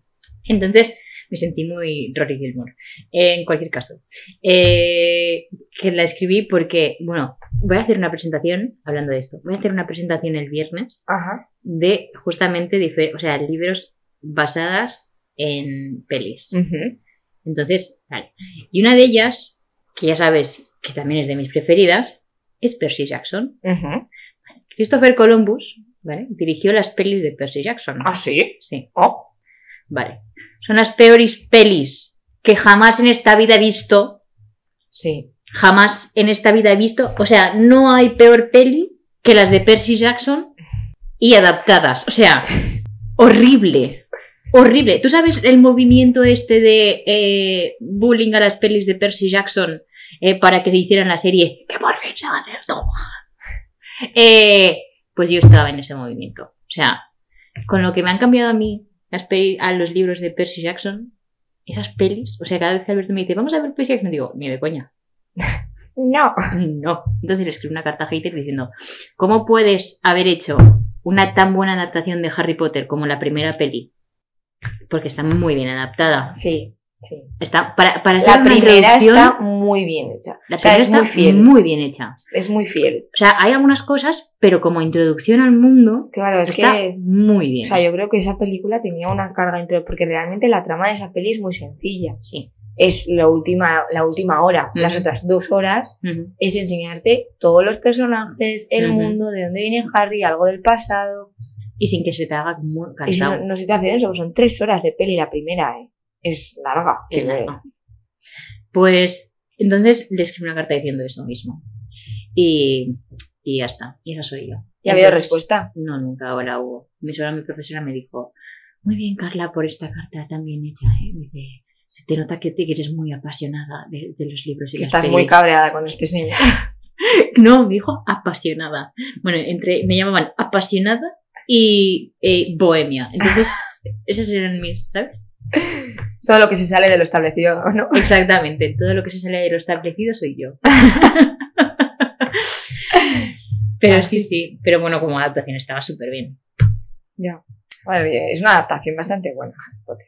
Entonces me sentí muy Rory Gilmore. En cualquier caso, eh, que la escribí porque, bueno, voy a hacer una presentación, hablando de esto, voy a hacer una presentación el viernes
Ajá.
de justamente, dife- o sea, libros basadas en pelis.
Ujú.
Entonces, vale. Y una de ellas, que ya sabes que también es de mis preferidas, es Percy Jackson.
Ujú.
Christopher Columbus, ¿vale? Dirigió las pelis de Percy Jackson.
¿Ah, sí?
Sí,
Oh.
vale. Son las peores pelis que jamás en esta vida he visto.
Sí.
Jamás en esta vida he visto. O sea, no hay peor peli que las de Percy Jackson y adaptadas. O sea, horrible. Horrible. ¿Tú sabes el movimiento este de eh, bullying a las pelis de Percy Jackson eh, para que se hicieran la serie? Que por fin se va a hacer todo. Eh, pues yo estaba en ese movimiento. O sea, con lo que me han cambiado a mí las peli- a los libros de Percy Jackson, esas pelis, o sea, cada vez que Alberto me dice, vamos a ver Percy Jackson, digo, ni de coña.
No.
No. Entonces le escribí una carta a Hater diciendo, ¿cómo puedes haber hecho una tan buena adaptación de Harry Potter como la primera peli? Porque está muy bien adaptada.
Sí. Sí.
Está, para, para ser
La
una
primera
introducción,
está muy bien hecha.
la
o sea,
primera
es muy
está
fiel.
muy bien hecha.
Es muy fiel.
O sea, hay algunas cosas, pero como introducción al mundo,
Claro, es
está
que.
muy bien.
O sea, yo creo que esa película tenía una carga intro, porque realmente la trama de esa peli es muy sencilla.
Sí.
Es la última, la última hora. Las
Ujú.
otras dos horas
Ujú.
es enseñarte todos los personajes, el
Ujú.
mundo, de dónde viene Harry, algo del pasado.
Y sin que se te haga muy
Y si
cansado.
no, no se te hace eso, son tres horas de peli la primera, ¿eh? Es larga.
Es
que-
verdad. Pues entonces le escribí una carta diciendo eso mismo. Y, y ya está. Y esa soy yo.
¿Y ha habido
Entonces,
respuesta?
No, nunca ahora hubo. Mi sola, mi profesora me dijo, muy bien Carla por esta carta tan bien hecha, ¿eh? Me dice, se te nota que, te, que eres muy apasionada de, de los libros y
Que
las
estás muy
pelis".
cabreada con este señor.
No, me dijo apasionada. Bueno, entre me llamaban apasionada y eh, bohemia. Entonces, esas eran mis, ¿sabes?
Todo lo que se sale de lo establecido, ¿no?
Exactamente, todo lo que se sale de lo establecido soy yo. pero sí, sí, pero bueno, como adaptación estaba súper bien.
Ya. Bueno, y es una adaptación bastante buena. Harry Potter.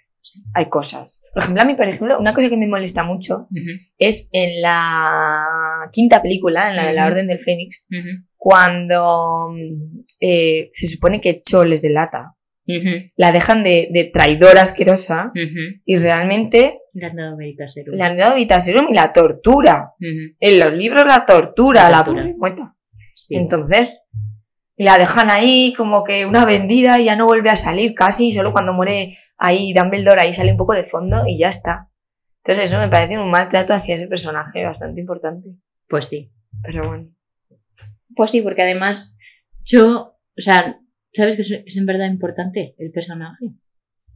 hay cosas. Por ejemplo, a mí, por ejemplo, una cosa que me molesta mucho
Ujú,
es en la quinta película, en la de la
Ujú.
Orden del Fénix,
ujú,
cuando mm, eh, se supone que Cho les delata.
ujú,
La dejan de, de traidora asquerosa
ujú.
y realmente
Le han dado veritas de luz.
le han dado Vitaserum y la tortura.
Ujú,
En los libros la tortura,
La
la,
tortura.
pobre muerta.
sí.
Entonces, la dejan ahí como que una vendida y ya no vuelve a salir casi, solo cuando muere ahí Dumbledore, ahí sale un poco de fondo y ya está. Entonces, eso me parece un maltrato hacia ese personaje bastante importante.
Pues sí.
Pero bueno.
Pues sí, porque además yo, o sea, ¿sabes que es, es en verdad importante el personaje?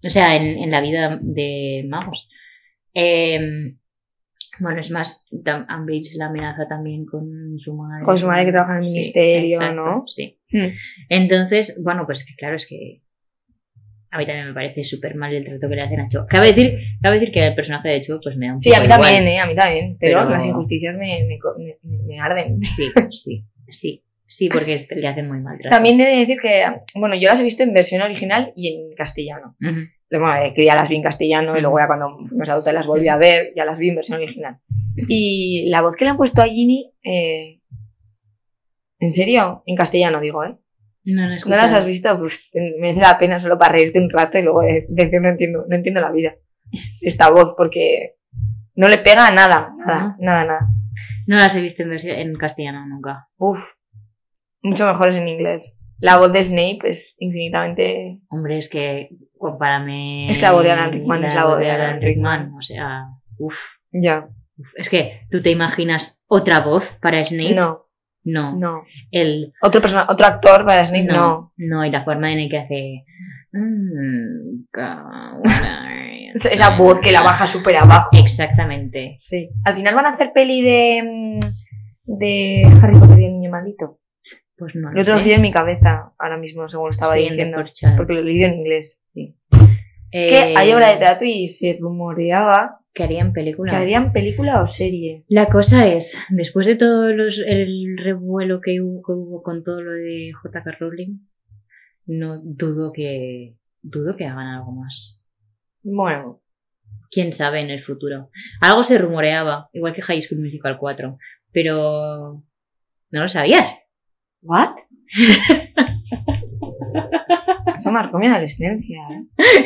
O sea, en, en la vida de magos. Eh, bueno, es más, Dum- Umbridge la amenaza también con su madre.
Con su madre que trabaja en el
Sí,
ministerio,
exacto,
¿no?
Sí.
Hmm.
Entonces, bueno, pues que claro, es que a mí también me parece súper mal el trato que le hacen a Cho. Cabe decir, cabe decir que el personaje de Cho pues me da un
Sí,
poco
a mí
igual.
también, ¿eh? A mí también. Pero,
Pero-
las injusticias me, me co- me- me- me arden.
Sí, sí, sí. Sí, porque es- le hacen muy mal trato.
También he de decir que, bueno, yo las he visto en versión original y en castellano.
Ujú.
Bueno, de cría eh, las vi en castellano y luego ya cuando fuimos adultas las volví a ver, ya las vi en versión original. Y la voz que le han puesto a Ginny, eh, ¿en serio? En castellano digo, ¿eh?
No, no, he
¿No las
escuchado.
has visto? Pues te- merece la pena solo para reírte un rato y luego de- decir no entiendo, no entiendo la vida. Esta voz, porque no le pega a nada, nada,
Ajá.
nada, nada.
No las he visto en, versi- en castellano nunca.
Uf, mucho mejores en inglés. La voz de Snape es infinitamente.
Hombre, es que pues, compárame.
Es que la voz de Alan Rickman es la voz de Alan Rickman.
O sea, uff.
Ya.
Es que tú te imaginas otra voz para Snape.
No,
No.
no.
El.
Otro, persona, otro actor para Snape, no.
No, y la forma en la que hace. mm, caray.
Es- Esa voz que la baja súper abajo.
Exactamente.
Sí. Al final van a hacer peli de. mm, de Harry Potter y el niño maldito.
Pues no.
Lo he traducido en mi cabeza ahora mismo, según lo estaba diciendo. Porque lo he leído en inglés. Sí. Es que hay obra de teatro y se rumoreaba
Eh, Que harían película.
que harían película o serie.
La cosa es, después de todo los- el revuelo que hubo, que hubo con todo lo de J.K. Rowling, no dudo que dudo que hagan algo más.
Bueno,
Quién sabe en el futuro. Algo se rumoreaba, igual que High School Musical 4, pero no lo sabías.
¿What? Eso marcó mi adolescencia, ¿eh?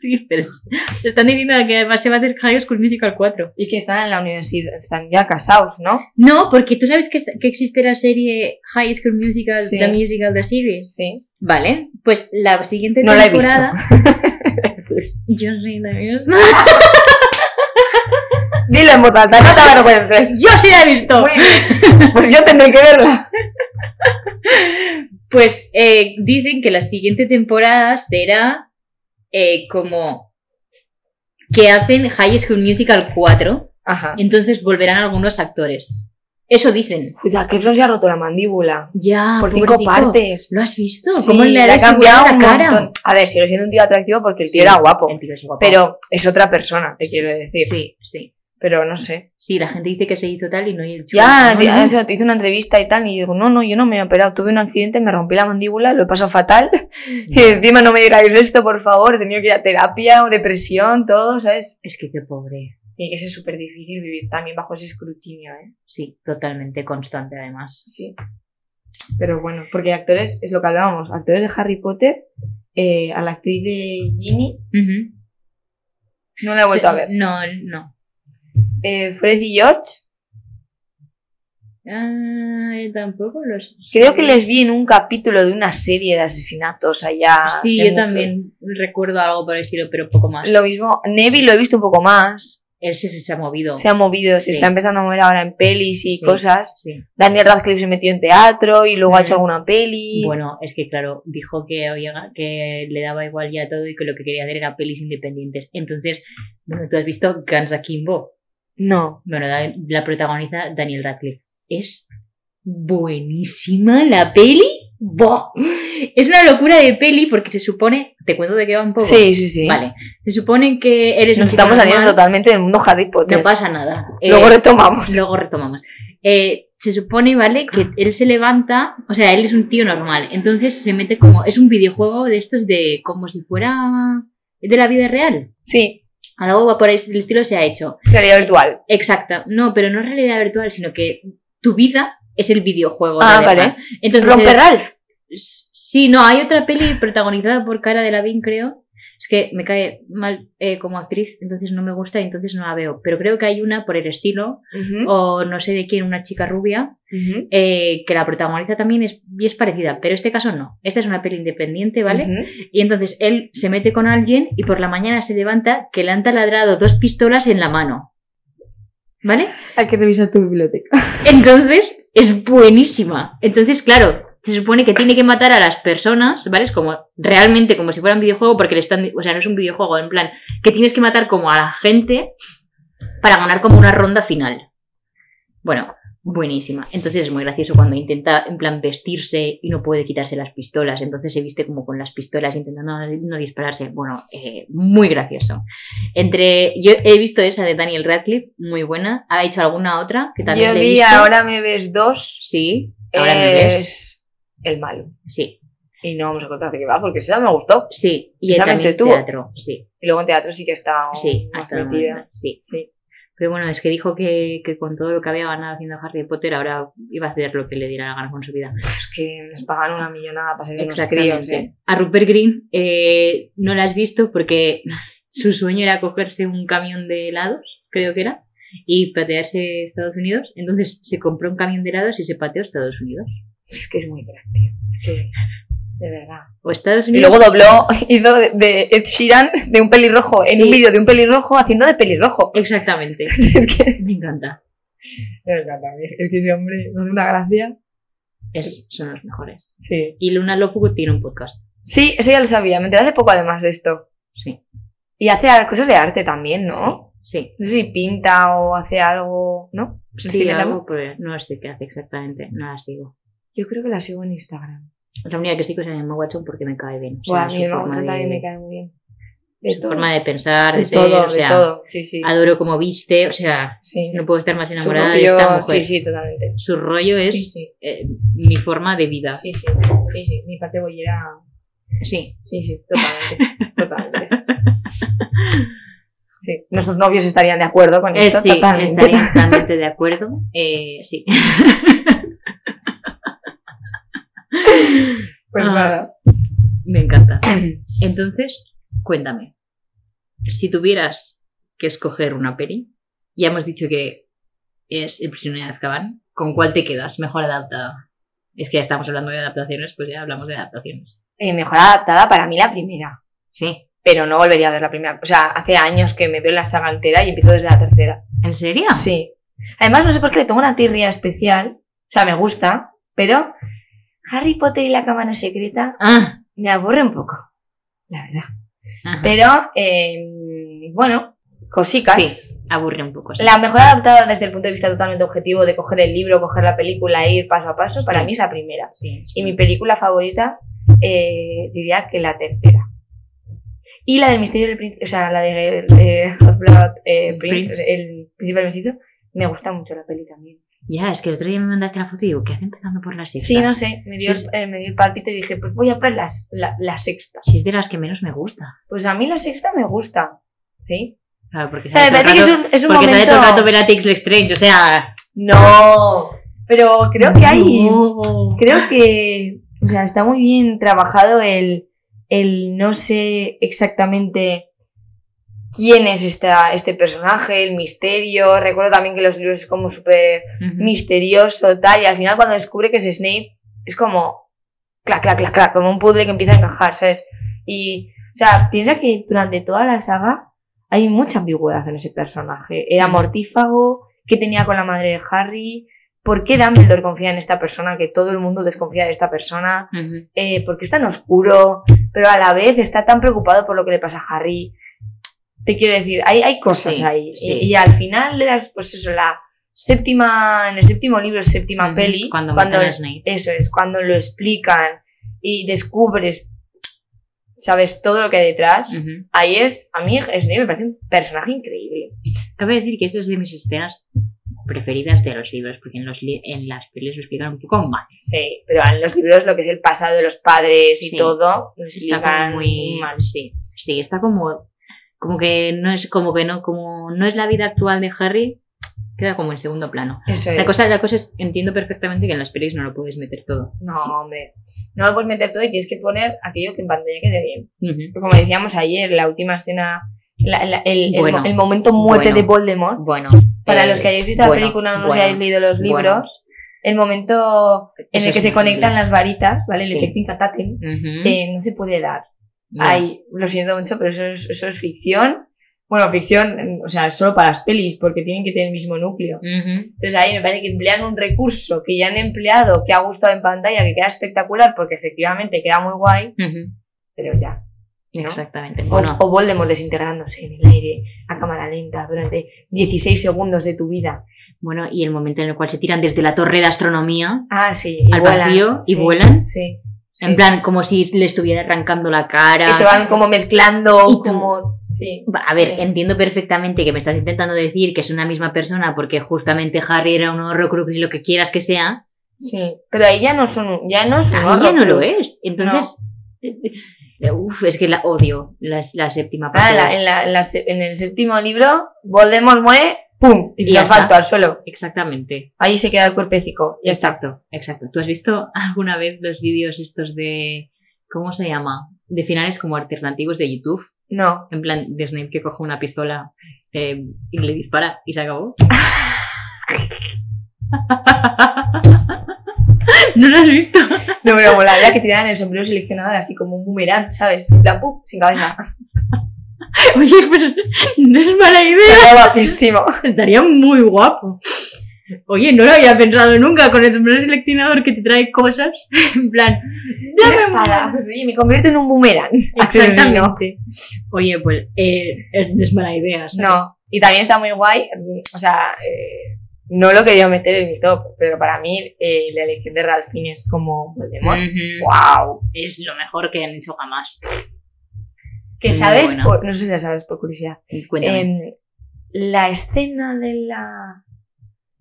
sí, pero es- están diciendo que además se va a hacer High School Musical 4.
Y que están en la universidad, están ya casados, ¿no?
No, porque tú sabes que, esta- que existe la serie High School Musical,
Sí.
The Musical, The Series.
Sí.
Vale, pues la siguiente
No la he visto.
temporada. Yo soy la misma.
Dilo en voz alta, no te avergüences.
Yo sí la he visto.
Pues yo tendré que verla.
Pues eh, dicen que la siguiente temporada será eh, como que hacen High School Musical 4.
Ajá.
Entonces volverán algunos actores. Eso dicen.
Cuidado, que Frost se ha roto la mandíbula.
Ya.
por cinco
pobrecito.
partes.
¿Lo has visto?
Sí,
Ah, ¿Cómo le
le ha
harás
cambiado
igual
un
la cara?
montón. A ver, sigue siendo un tío atractivo porque el tío
Sí,
era guapo.
El tío es guapo.
Pero es otra persona, te quiero decir.
Sí, sí.
Pero no sé.
Sí, la gente dice que se hizo tal y no y el chico
Ya,
dice,
te-
"No, no".
eso, te hice una entrevista y tal, y digo, no, no, yo no me he operado, tuve un accidente, me rompí la mandíbula, lo he pasado fatal, y encima no me digáis esto, por favor, he tenido que ir a terapia o depresión, todo, ¿sabes?
Es que qué pobre.
Tiene que ser súper difícil vivir también bajo ese escrutinio, ¿eh?
Sí, totalmente constante además.
Sí. Pero bueno, porque actores, es lo que hablábamos, actores de Harry Potter, eh, a la actriz de Ginny, no la he vuelto a ver.
No, no.
Eh, Fred y George,
Ah, yo tampoco los.
creo que les vi en un capítulo de una serie de asesinatos allá.
Sí,
de
yo
mucho-
también recuerdo algo por el estilo, pero poco más.
Lo mismo, Neville lo he visto un poco más.
Él sí se, se ha movido.
se ha movido, se
Sí.
está empezando a mover ahora en pelis y
Sí.
cosas.
Sí.
Daniel Radcliffe se metió en teatro y luego ha hecho
Mm.
alguna peli.
Bueno, es que claro, dijo que, había- que le daba igual ya todo y que lo que quería hacer era pelis independientes. Entonces, bueno, tú has visto Guns Akimbo.
No.
Bueno, la, la protagoniza Daniel Radcliffe. Es buenísima la peli. ¡Buah! Es una locura de peli porque se supone. Te cuento de qué va un poco.
Sí, sí, sí.
Vale. Se supone que eres.
Nos
un chico
estamos saliendo
normal,
totalmente del mundo Harry Potter.
No pasa nada. Eh,
luego retomamos.
luego retomamos. Eh, se supone, ¿vale? Que él se levanta. O sea, él es un tío normal. Entonces se mete como. Es un videojuego de estos de. Como si fuera. de la vida real.
Sí,
Algo por el estilo se ha hecho.
realidad virtual.
Exacto. No, pero no es realidad virtual, sino que tu vida es el videojuego.
Ah,
de verdad.
vale.
Entonces,
Romper Ralph.
Sí, no, hay otra peli protagonizada por Cara de Lavín, creo. Es que me cae mal eh, como actriz, entonces no me gusta y entonces no la veo. Pero creo que hay una por el estilo,
Ujú,
o no sé de quién, una chica rubia,
ujú,
eh, que la protagoniza también es, y es parecida, pero este caso no. Esta es una peli independiente, ¿vale?
ujú.
Y entonces él se mete con alguien y por la mañana se levanta que le han taladrado dos pistolas en la mano. ¿Vale?
Hay que revisar tu biblioteca.
Entonces, es buenísima. Entonces, claro, se supone que tiene que matar a las personas, ¿vale? Es como realmente como si fuera un videojuego, porque le están. O sea, no es un videojuego, en plan, que tienes que matar como a la gente para ganar como una ronda final. Bueno, buenísima. Entonces es muy gracioso cuando intenta, en plan, vestirse y no puede quitarse las pistolas. Entonces se viste como con las pistolas, intentando no, no dispararse. Bueno, eh, muy gracioso. Entre. Yo he visto esa de Daniel Radcliffe, muy buena. Ha hecho alguna otra que también
Yo
le he
vi
visto.
Ahora me ves dos.
Sí, ahora me ves.
es el malo.
Sí,
Y no vamos a contar de qué va porque esa me gustó.
sí. Y
Esa
también
mente tú.
teatro, sí,
Y luego en teatro sí que está
sí,
más
hasta el
metida.
momento, sí.
Sí.
Pero bueno, es que dijo que, que con todo lo que había ganado haciendo Harry Potter, ahora iba a hacer lo que le diera la gana con su vida.
Es que les pagan una millonada para ser unos
Exactamente.
críos, ¿eh?
A Rupert Green eh, no la has visto porque su sueño era cogerse un camión de helados, creo que era, y patearse Estados Unidos. Entonces se compró un camión de helados y se pateó Estados Unidos.
Es que es muy práctico. Es que, de verdad.
O Estados
Y
Unidos.
luego dobló, hizo de- de Ed Sheeran de un pelirrojo, en
Sí.
un vídeo de un pelirrojo haciendo de pelirrojo.
Exactamente.
es que.
Me encanta.
Me encanta, es que ese hombre no da una gracia.
Es- son los mejores.
Sí.
Y Luna Lovegood tiene un podcast.
Sí, eso ya lo sabía. Me enteré hace poco además de esto.
Sí.
Y hace ar- cosas de arte también, ¿no?
Sí.
No sé si pinta o hace algo, ¿no? ¿No
Sí,
estoy inventando?
algo, pero no sé qué hace exactamente. No las digo.
Yo creo que la sigo en Instagram.
La única que sigo es en Emma Watson porque me cae bien. O sea,
Buah, a
su
mí el
forma
Mago
de-
también me cae muy bien. De
su
todo.
forma de pensar, de,
de
ser,
todo,
o sea,
de todo. Sí, sí.
adoro como viste, o sea,
Sí.
no puedo estar más
Su
enamorada
propio-
de esta mujer.
Sí, sí, totalmente.
Su rollo es
Sí, sí.
eh, mi forma de vida. Sí,
Sí, sí, sí, sí. Mi parte bollera. Sí, sí, totalmente. totalmente. Sí. Nuestros novios estarían de acuerdo con
Eh,
esto,
sí,
totalmente.
estaría totalmente de acuerdo. Eh, sí.
Pues
Ah.
nada.
Me encanta. Entonces, cuéntame. Si tuvieras que escoger una peli, ya hemos dicho que es El prisionero de Azkaban, ¿con cuál te quedas? Mejor adaptada. Es que ya estamos hablando de adaptaciones, pues ya hablamos de adaptaciones.
Eh, mejor adaptada para mí la primera.
Sí.
Pero no volvería a ver la primera. O sea, hace años que me veo la saga entera y empiezo desde la tercera.
¿En serio?
Sí. Además, no sé por qué le tengo una tirria especial. O sea, me gusta, pero Harry Potter y la cámara secreta
Ah,
me aburre un poco. La verdad.
ajá.
Pero, eh, bueno, cosicas.
Sí, aburre un poco. sí.
La mejor adaptada desde el punto de vista totalmente objetivo de coger el libro, coger la película e ir paso a paso, para mí es la primera.
Sí, es
Y mi
verdad.
película favorita eh, diría que la tercera. Y la del misterio del príncipe, o sea, la de eh, Half-Blood, eh, Prince,
Prince.
o sea, el príncipe mestizo, me gusta mucho la peli también.
Ya, es que el otro día me mandaste la foto y digo, ¿qué hace empezando por la sexta?
Sí, no sé, me dio,
Sí, sí.
el- eh, me dio el palpito y dije, pues voy a ver las- la, la sexta.
Si es de las que menos me gusta.
Pues a mí la sexta me gusta, ¿sí?
Claro, porque
O sea,
sale
me
todo
parece que
el
es
rato-
un, es un
porque sale
momento...
todo el rato ver a Tix Lestrange, o sea...
No, pero creo que hay...
no.
creo que o sea, está muy bien trabajado el, el no sé exactamente quién es esta, este personaje, el misterio. Recuerdo también que los libros es como súper
Ujú.
misterioso, tal, y al final cuando descubre que es Snape, es como clac, clac, clac, clac, como un puzzle que empieza a encajar, ¿sabes? Y, o sea, piensa que durante toda la saga hay mucha ambigüedad en ese personaje. Era mortífago, qué tenía con la madre de Harry, por qué Dumbledore confía en esta persona, que todo el mundo desconfía de esta persona,
Ujú.
eh, por qué es tan oscuro, pero a la vez está tan preocupado por lo que le pasa a Harry. Te quiero decir, hay, hay cosas
Sí,
ahí. Y-
sí.
Y, al final, de las- pues eso, la séptima, en el séptimo libro, séptima
Ujú,
peli,
Cuando,
cuando
matan a Snape.
eso es, cuando lo explican y descubres, sabes, todo lo que hay detrás,
Ujú.
ahí es, a mí Snape me parece un personaje increíble.
Cabe decir que esta es de mis escenas preferidas de los libros, porque en, los li- en las pelis lo explican un poco mal.
Sí, pero en los libros lo que es el pasado de los padres y
Sí.
todo,
Está como
lo explican
muy
muy mal.
Sí, sí, está como, como que no es como que no, como no es la vida actual de Harry, queda como en segundo plano.
Eso
La
es.
cosa, la cosa es, entiendo perfectamente que en las pelis no lo puedes meter todo.
No, hombre. No lo puedes meter todo y tienes que poner aquello que en pantalla quede bien.
Ujú.
Como decíamos ayer, la última escena, la- la- el, el
Bueno.
mo- el momento muerte
Bueno.
de Voldemort.
Bueno.
Para
eh,
los que hayáis visto la
bueno,
película o no os
bueno,
hayáis leído los
bueno.
libros, el momento en
Eso
el que
es
se
increíble.
conectan las varitas, ¿vale? El
Sí.
efecto incatatem,
Ujú.
eh, no se puede dar.
No.
Ay, lo siento mucho, pero eso es, eso es ficción. Bueno, ficción, mm, o sea, solo para las pelis, porque tienen que tener el mismo núcleo.
Ujú.
Entonces ahí me parece que emplean un recurso que ya han empleado, que ha gustado en pantalla, que queda espectacular, porque efectivamente queda muy guay,
Ujú.
pero ya. ¿no?
Exactamente.
O,
Bueno,
o Voldemort desintegrándose en el aire a cámara lenta durante 16 segundos de tu vida.
bueno, y el momento en el cual se tiran desde la torre de astronomía,
Ah, sí. y
Al
vuelan,
vacío y
sí,
vuelan.
Sí. sí.
en plan, como si le estuviera arrancando la cara.
Que se van como mezclando,
Y tú-
como. Sí.
Va, A
sí.
ver, entiendo perfectamente que me estás intentando decir que es una misma persona porque justamente Harry era un horrocrux y lo que quieras que sea.
Sí. Pero ahí ya no son. Ya no son.
A mí ya no lo
horrocrux.
es. Entonces, uf, es que la odio, la, la séptima
Ah,
parte.
en, la-
es-
en la- en la se- en el séptimo libro, Voldemort muere, ¡pum! Y,
Y
se
ya
asfalto
está.
al suelo.
Exactamente.
Ahí se queda el cuerpecico. Ya está.
Exacto, exacto. ¿Tú has visto alguna vez los vídeos estos de... ¿Cómo se llama? De finales como alternativos de YouTube.
No.
En plan, de Snape que coge una pistola eh, y le dispara y se acabó. ¿No lo has visto?
No, pero molaría que tiraran el sombrero seleccionador así como un boomerang, ¿sabes? En plan, ¡pum! Sin cabeza.
Oye, pero no es mala idea.
Está guapísimo.
Estaría muy guapo. Oye, no lo había pensado nunca con el sombrero seleccionador que te trae cosas. En plan,
Una
dame un
espada. Pues oye, me convierto en un boomerang. Asesino.
Exactamente. Oye, pues eh, es- no es mala idea. ¿sabes?
No, y también está muy guay, mm, o sea, eh, no lo quería meter en mi top, pero para mí eh, la elección de Ralph Fiennes es como Voldemort.
Ujú.
¡Wow!
Es lo mejor que han hecho jamás.
Que
Muy
sabes,
buena.
por- no sé si la sabes por curiosidad,
Cuéntame.
Em, la escena de la...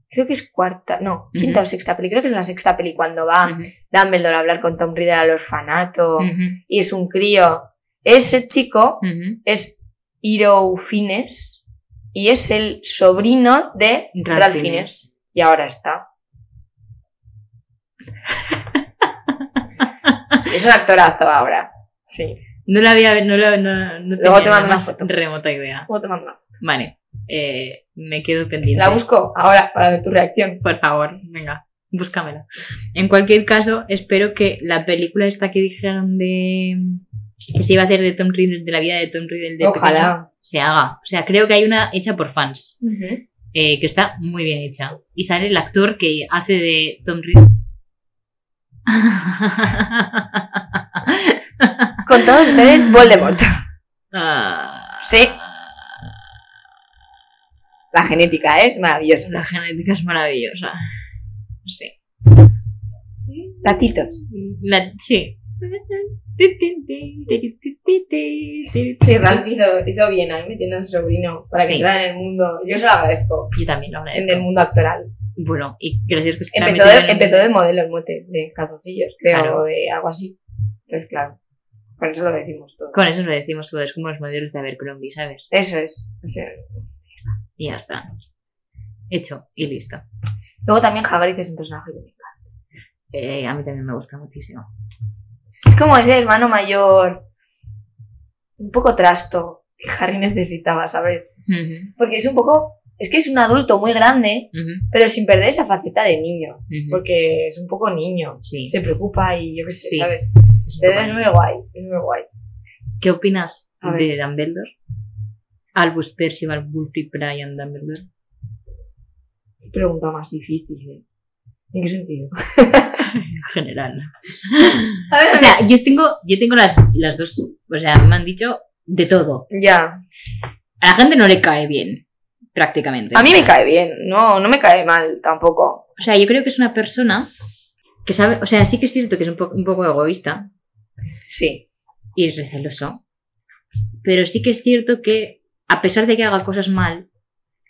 Creo que es cuarta, no, quinta
Ujú.
o sexta peli, creo que es la sexta peli cuando va
Ujú, Mm.
Dumbledore a hablar con Tom Riddle al orfanato
ujú,
y es un crío. Ese chico
ujú.
es Hiro Fiennes y es el sobrino de
Ralph
Ralph,
Fiennes.
Fiennes. Y ahora está. Sí, es un actorazo ahora. Sí.
No la había, no la, no, no
Luego
tenía
te mando
la
una
más
foto.
remota idea.
Puedo tomar una.
Vale, eh, me quedo pendiente.
La busco ahora para ver tu reacción.
Por favor, venga, búscamela. En cualquier caso, espero que la película esta que dijeron de que se iba a hacer de Tom Riddle, de la vida de Tom Riddle, de pequeño,
Ojalá.
se haga. O sea, creo que hay una hecha por fans, eh, que está muy bien hecha. Y sale el actor que hace de Tom Riddle.
Con todos ustedes, Voldemort.
Ah.
Sí. La genética es maravillosa.
La genética es maravillosa. Sí.
Latitos.
La, sí.
Sí, Ralph hizo, hizo bien ahí metiendo a su sobrino para que
Sí.
entrara en el mundo. Yo se lo agradezco.
Yo también lo
En el
agradezco.
mundo actoral.
Bueno, y gracias pues, que se la
Empezó
metieron
de,
en-
empezó de modelo el mote, de calzoncillos, creo,
Claro.
o de algo así. Entonces, claro. Con eso lo decimos todo.
Con eso lo decimos todo, es como los modelos de Abercrombie, ¿sabes?
Eso es. o sea,
Y ya está. Hecho y listo.
Luego también Javariz es un personaje que me encanta.
Eh, a mí también me gusta muchísimo.
Es como ese hermano mayor, un poco trasto, que Harry necesitaba, ¿sabes?
Ujú,
Porque es un poco, es que es un adulto muy grande,
ujú,
pero sin perder esa faceta de niño,
ujú.
porque es un poco niño,
Sí,
se preocupa y yo qué sé,
Sí.
¿sabes?
es un
Pero
poco
es
así.
muy guay, es muy guay.
¿Qué opinas
A
de Dumbledore? Albus Percival Bulty Brian Dumbledore.
Qué pregunta más difícil, ¿eh? ¿En qué sentido?
En general.
A ver,
O sea, yo tengo, yo tengo las, las dos. O sea, me han dicho de todo.
ya.
A la gente no le cae bien, prácticamente.
A mí me cae bien, no, no me cae mal tampoco.
O sea, yo creo que es una persona que sabe. O sea, sí que es cierto que es un, po- un poco egoísta
Sí,
y receloso. Pero sí que es cierto que, a pesar de que haga cosas mal,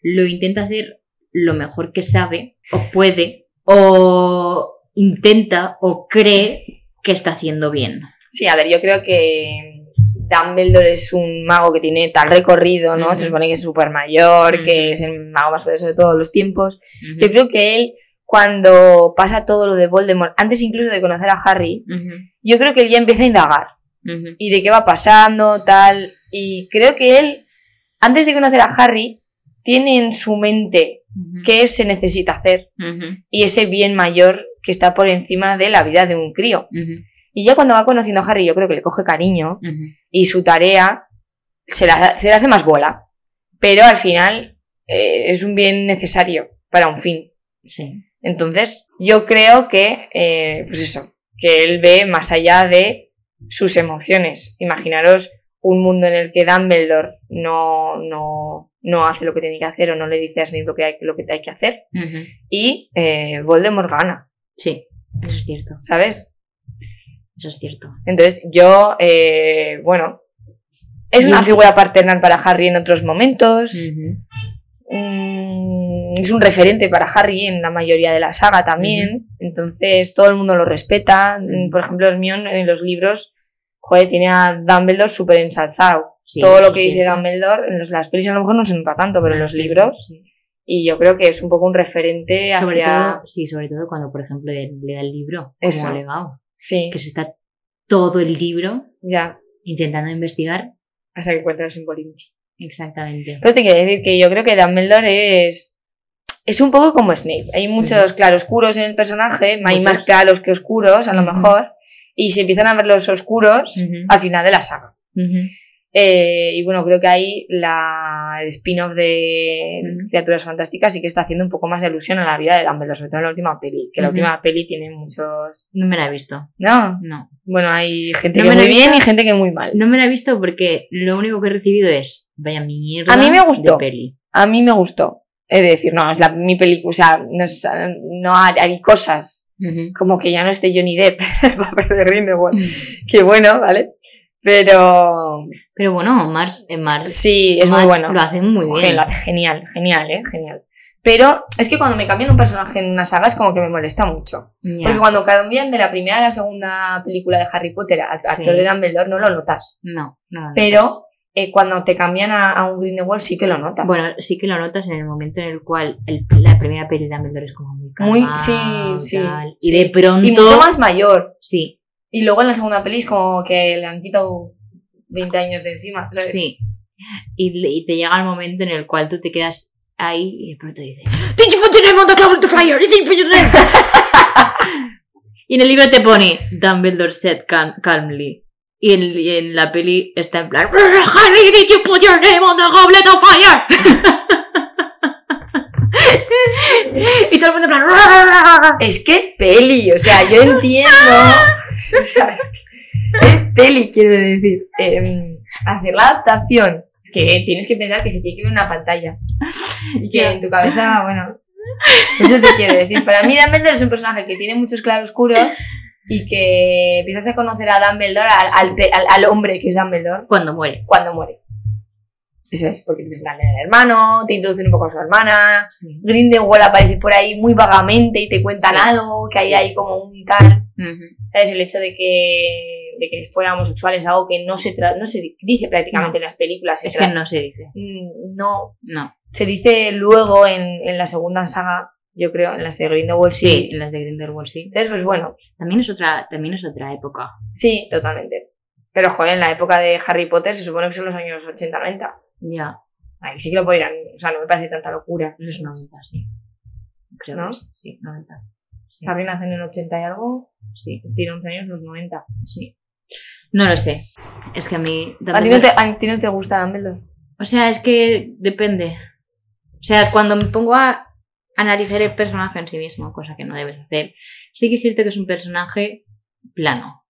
lo intenta hacer lo mejor que sabe o puede o intenta o cree que está haciendo bien.
Sí, a ver, yo creo que Dumbledore es un mago que tiene tal recorrido, ¿no?
Ujú.
Se supone que es súper mayor,
Ujú.
que es el mago más poderoso de todos los tiempos.
Ujú,
Yo creo que él, cuando pasa todo lo de Voldemort, antes incluso de conocer a Harry,
ujú,
yo creo que él ya empieza a indagar.
ujú,
y de qué va pasando, tal. Y creo que él, antes de conocer a Harry, tiene en su mente
ujú,
qué se necesita hacer
ujú,
y ese bien mayor que está por encima de la vida de un crío.
ujú,
Y ya cuando va conociendo a Harry, yo creo que le coge cariño
ujú.
y su tarea se la, se la hace más bola. Pero al final eh, es un bien necesario para un fin.
Sí.
Entonces, yo creo que, eh, pues eso, que él ve más allá de sus emociones. Imaginaros un mundo en el que Dumbledore no, no, no hace lo que tiene que hacer o no le dice a Snape lo que hay, lo que hay que hacer
ujú.
y eh, Voldemort gana,
Sí, eso es cierto,
¿sabes?
eso es cierto.
Entonces, yo, eh, bueno, es una
Yo-
figura paternal para Harry en otros momentos.
Ujú,
Mm, es un referente para Harry en la mayoría de la saga también. Entonces todo el mundo lo respeta. Mm, Por ejemplo, Hermione en los libros, joder, tiene a Dumbledore súper ensalzado.
sí,
todo lo que
es
dice
cierto.
Dumbledore, en los- las pelis a lo mejor no se nota tanto, pero en los
Sí,
libros.
sí.
Y yo creo que es un poco un referente hacia.
Sobre todo, sí, sobre todo cuando, por ejemplo, le, le da el libro
Eso.
como legado,
sí,
que se está todo el libro
ya.
intentando investigar
Hasta que encuentras en Bolinchi.
exactamente.
Pero te quiero decir que yo creo que Dumbledore es. Es un poco como Snape. Hay muchos claroscuros en el personaje, hay
Muchos.
más claros que oscuros, a lo
Ujú.
mejor. Y se empiezan a ver los oscuros
Ujú,
al final de la saga.
ujú.
Eh, y bueno, creo que ahí la, el spin-off de
Ujú.
Criaturas Fantásticas sí que está haciendo un poco más de alusión a la vida de Dumbledore, sobre todo en la última peli. Que la
Ujú.
última peli tiene muchos.
No me la he visto,
No.
no.
Bueno, hay gente
No
que
me lo
muy
he
bien
visto.
y gente que muy mal.
No me la he visto porque lo único que he recibido es vaya mierda
A mí me gustó.
de peli.
A mí me gustó. Es decir, no, es la, mi película, o sea, no, es- no hay, hay cosas
Ujú.
como que ya no esté Johnny Depp para perder Grindelwald, que bueno, ¿vale? Pero
Pero bueno, Mars, eh, Mars,
sí, es muy
Mars
bueno.
Lo hacen muy
Gen-
bien.
lo hace Genial, genial, ¿eh? Genial. Pero es que cuando me cambian un personaje en una saga es como que me molesta mucho.
Ya,
Porque cuando cambian de la primera a la segunda película de Harry Potter al actor
Sí.
de Dumbledore no lo notas.
No, no, no.
Pero eh, cuando te cambian a, a un Grindelwald sí que lo notas.
Bueno, sí que lo notas en el momento en el cual el- la primera peli de Dumbledore es como muy
Muy-
calmado,
sí, sí,
tal, Y
sí.
de pronto...
y mucho más mayor.
Sí,
Y luego en la segunda peli es como que le han quitado 20 años de encima. ¿sabes?
sí. Y, le- y te llega el momento en el cual tú te quedas ahí y de pronto dices Did you put your name on the cloud to fire? Did you put your name? y en el libro te pone Dumbledore said cal- calmly. Y en, y en la peli está en plan Harry, did you put your name on the goblet of fire? y todo el mundo en plan
Es que es peli, o sea, yo entiendo. o sea, es peli, quiero decir. Em, hacer la adaptación. Es que tienes que pensar que se tiene que ver una pantalla. Y que
Ya.
en tu cabeza, bueno. Eso te quiero decir. Para mí, Dumbledore es un personaje que tiene muchos claroscuros y que empiezas a conocer a Dumbledore, al, al pe- al- al hombre que es Dumbledore,
Cuando muere.
cuando muere. Eso es, porque te presentan al hermano, te introducen un poco a su hermana, Grindelwald aparece por ahí muy vagamente y te cuentan
Sí.
algo, que hay
Sí.
ahí como un tal,
Ujú.
¿sabes? El hecho de que, de que fuera homosexual es algo que no se, tra- no se di- dice prácticamente en las películas. se
Es
tra-
que no se dice.
Mm, no,
No.
se dice luego en, en la segunda saga, yo creo, en las de Grindelwald sí.
Sí, en las de Grindelwald sí.
Entonces, pues bueno,
También es otra, también es otra época.
sí, totalmente. Pero joder, en la época de Harry Potter se supone que son los años 80-90.
Ya,
Ahí sí que lo podrían, o sea, no me parece tanta locura.
los 90, sí. Creo
¿No?
que es- sí, 90. Sí,
Harry nace en el 80 y algo,
sí,
tiene 11 años los 90.
sí. No lo sé. Es que a mí
¿A ti,
también.
no te, a ti no te gusta Dumbledore?
O sea, es que depende. O sea, cuando me pongo a analizar el personaje en sí mismo, cosa que no debes hacer, sí que es cierto que es un personaje plano.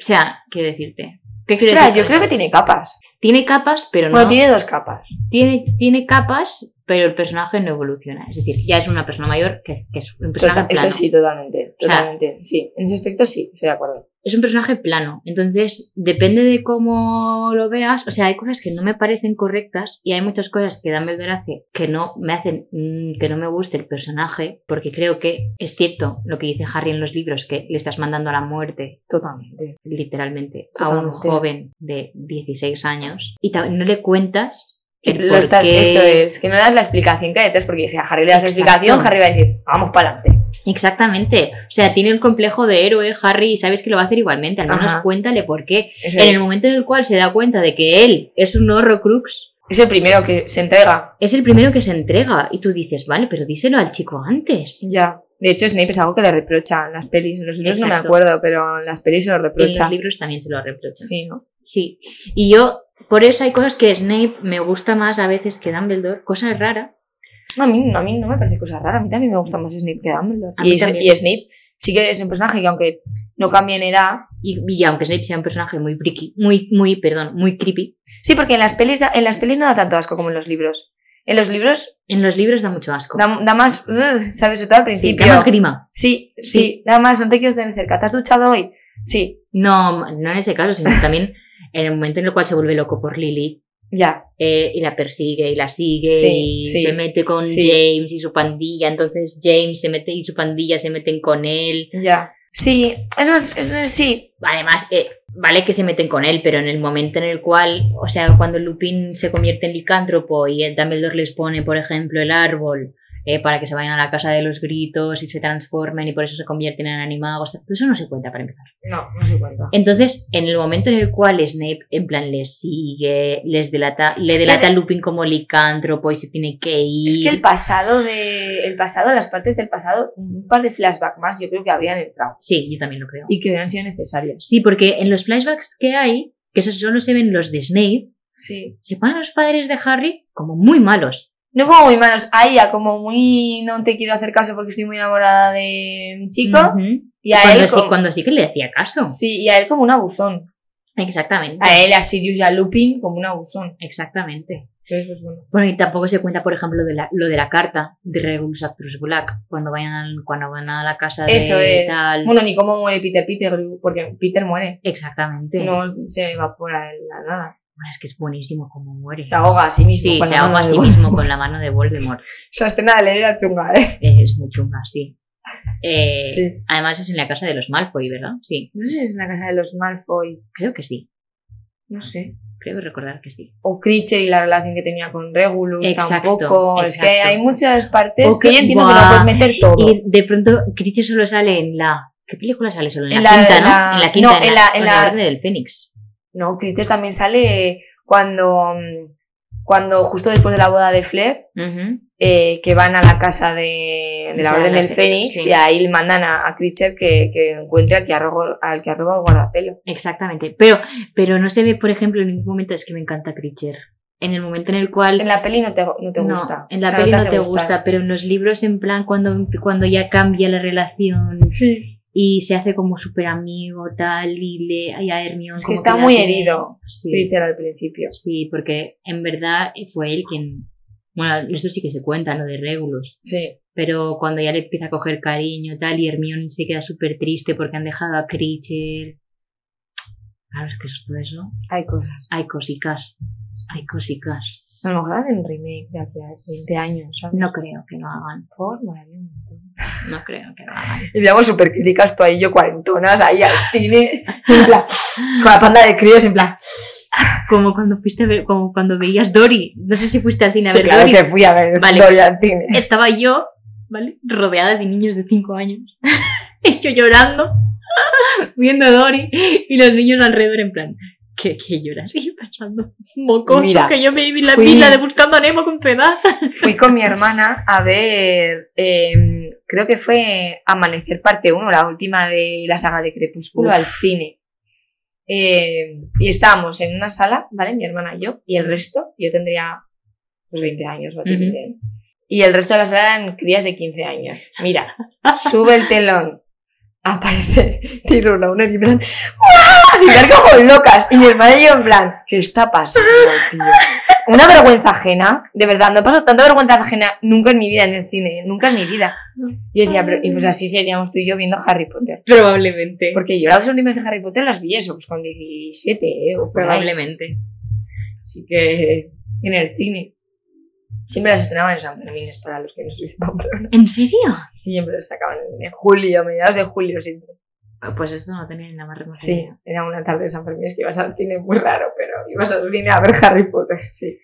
O sea, quiero decirte. ¿qué quiero
Ostras,
decir
yo
con
creo que
esto?
tiene capas.
tiene capas, pero no.
Bueno, tiene dos capas.
tiene, tiene capas, pero el personaje no evoluciona. Es decir, ya es una
Pues
persona mayor que, es- que es un personaje
Total- Tota, eso
plano.
sí, totalmente.
sea-
Totalmente. sí, en ese aspecto sí, estoy de acuerdo.
es un personaje plano. Entonces, depende de cómo lo veas. O sea, hay cosas que no me parecen correctas y hay muchas cosas que Dumbledore hace que no me hacen mm, que no me guste el personaje, porque creo que es cierto lo que dice Harry en los libros, que le estás mandando a la muerte
Totalmente.
literalmente a un
Totalmente.
joven de 16 años y ta- no le cuentas
Que
el
lo
por
estás-
qué-
Eso es, que no le das la explicación que detes, porque si a Harry le das la
Exacto.
explicación, Harry va a decir, vamos para adelante.
exactamente o sea tiene el complejo de héroe Harry y sabes que lo va a hacer igualmente al menos
Ajá.
cuéntale por qué en el momento en el cual se da cuenta de que él es un horrocrux
Es el primero que se entrega.
es el primero que se entrega y tú dices vale pero díselo al chico antes
Ya. De hecho, Snape es algo que le reprocha en las pelis. En los libros no me
Exacto.
acuerdo, pero en las pelis se lo
en los
reprocha.
libros también se lo reprocha
Sí, ¿no?
Sí, y yo, por eso hay cosas que Snape me gusta más a veces que Dumbledore, cosa rara.
No, A mí, a mí no me parece cosa rara. A mí también me gusta más Snape que Dumbledore.
A mí
Y, es-
también.
y Snape sí que es un personaje que, aunque no cambie en edad.
Y, y aunque Snape sea un personaje muy friki, muy, muy, perdón, muy creepy,
Sí, porque en las pelis, da- en las pelis no da tanto asco como en los libros. En los libros
en los libros da mucho asco.
da, da más. "Ugh", ¿Sabes? Sobre todo
Sí,
al principio.
da más grima.
Sí, sí, nada más, no te quiero tener cerca. ¿Te has duchado hoy? Sí,
No, no en ese caso, sino también en el momento en el cual se vuelve loco por Lily
ya.
eh, y la persigue y la sigue
Sí,
y
sí,
se mete con
sí.
James y su pandilla. Entonces James se mete y su pandilla se meten con él.
Ya. Sí, es más, es, sí.
Además, eh, vale que se meten con él, pero en el momento en el cual, o sea, cuando Lupin se convierte en licántropo y el Dumbledore les pone, por ejemplo, el árbol eh, para que se vayan a la casa de los gritos y se transformen y por eso se convierten en animagos, todo eso no se cuenta para empezar.
No, no se cuenta.
Entonces, en el momento en el cual Snape, en plan, les sigue, les delata, le
Es que-
delata a Lupin como licántropo y se tiene que ir.
Es que el pasado de. El pasado, las partes del pasado, un par de flashback más, yo creo que habrían entrado.
Sí, yo también lo creo.
Y que hubieran sido necesarios.
Sí, porque en los flashbacks que hay, que esos solo se ven los de Snape,
Sí.
se ponen a los padres de Harry como muy malos.
No como muy malos, a ella como muy no te quiero hacer caso porque estoy muy enamorada de mi chico.
Ujú.
Y a
cuando,
él
sí,
como,
cuando sí que le hacía caso.
sí, y a él como un abusón.
Exactamente.
A él, a Sirius y a Lupin como un abusón.
Exactamente.
Entonces, pues bueno.
Bueno, y tampoco se cuenta, por ejemplo, de la- lo de la carta de Regulus Actus Black, cuando vayan al- cuando van a la casa de
Eso es.
tal.
Bueno, ni cómo muere Peter Peter, porque Peter muere.
Exactamente.
No se evapora en la nada.
Bueno, es que es buenísimo como muere.
Se ahoga a sí mismo.
Sí,
con
se
la
ahoga
mano
a
de
sí
Voldemort.
mismo con la mano de Voldemort.
Esa escena de leer era chunga, ¿eh?
Eh, es muy chunga, sí. Eh,
Sí.
Además es en la casa de los Malfoy, ¿verdad? Sí,
No sé si es en la casa de los Malfoy.
creo que sí.
No sé.
Creo recordar que sí.
O Critcher y la relación que tenía con Regulus
Exacto,
tampoco. Es que
exacto.
hay muchas partes
O
que
que-
yo entiendo que
Buah.
no puedes meter todo.
Y de pronto Critcher solo sale en la... ¿Qué película sale solo? En,
En
la,
la-
quinta,
en
¿no?
la-
En la quinta,
no,
en,
en
la,
la- en
en la
la-
Orden del Fénix.
No, Critcher también sale cuando, mm, cuando justo después de la boda de Flair,
Ujú.
eh, que van a la casa de, de
O
la
sea,
Orden
la
del
se-
Fénix
sí.
y ahí le mandan a, a Critcher que, que encuentre al que, arroba, al que arroba el guardapelo.
Exactamente. Pero, pero no se ve, por ejemplo, en ningún momento, es que me encanta Critcher. En el momento en el cual.
En la peli no te, no te
No,
gusta.
en la
O sea,
peli no
hace
te
gustar.
gusta, pero en los libros, en plan, cuando, cuando ya cambia la relación
Sí.
y se hace como súper amigo, tal, y, le, y a Hermione.
Es que
como
está
la
muy
tiene-
herido
Sí,
Critcher al principio.
sí, porque en verdad fue él quien. Bueno, esto sí que se cuenta, lo de Regulus.
Sí.
pero cuando ya le empieza a coger cariño tal y Hermione se queda súper triste porque han dejado a Critcher claro es que eso es todo eso
Hay cosas.
hay cosicas hay cosicas
A lo mejor hacen un remake de aquí a 20 años, ¿sabes?
no creo que lo hagan
Por, molaría un montón.
no creo que lo hagan
Y digamos súper críticas, tú ahí yo cuarentonas, ahí al cine, en plan, con la panda de críos, en plan.
como cuando fuiste a ver como cuando veías Dory no sé si fuiste al cine a
Sí,
ver
claro
Dory
que fui a ver
Vale.
Dory al cine.
estaba yo vale rodeada de niños de 5 años y yo llorando viendo a Dory y los niños alrededor en plan ¿Qué, qué lloras? Y yo pensando, mocoso,
Mira,
que yo me viví la
fui-
vida de buscando a Nemo con tu edad.
fui con mi hermana a ver, eh, creo que fue Amanecer parte 1, la última de la saga de Crepúsculo,
Uf.
al cine. Eh, y estábamos en una sala, ¿vale? Mi hermana y yo, y el resto, yo tendría pues 20 años o así,
Ujú.
¿eh? Y el resto de la sala eran crías de 15 años. Mira, sube el telón, aparece Tiruna, una y en plan, ¡guau! Y ver como locas. Y mi hermana y yo en plan, ¿qué está pasando, tío? una vergüenza ajena, de verdad, no he pasado tanta vergüenza ajena nunca en mi vida en el cine, nunca en mi vida. Yo decía, pero y pues así seríamos tú y yo viendo Harry Potter.
Probablemente.
Porque yo las últimas de Harry Potter las vi eso, pues con 17 eh, o por ahí.
Probablemente.
Así que en el cine. Siempre las estrenaban en San Fermín, es para los que no sois de Pamplona.
¿En serio?
Siempre las sacaban en julio, a mediados de julio siempre.
Ah, Pues esto no tenía ni la más remota
Sí,
idea.
era una tarde de San Fermín, es que ibas al cine muy raro, pero ibas al cine a ver Harry Potter, sí.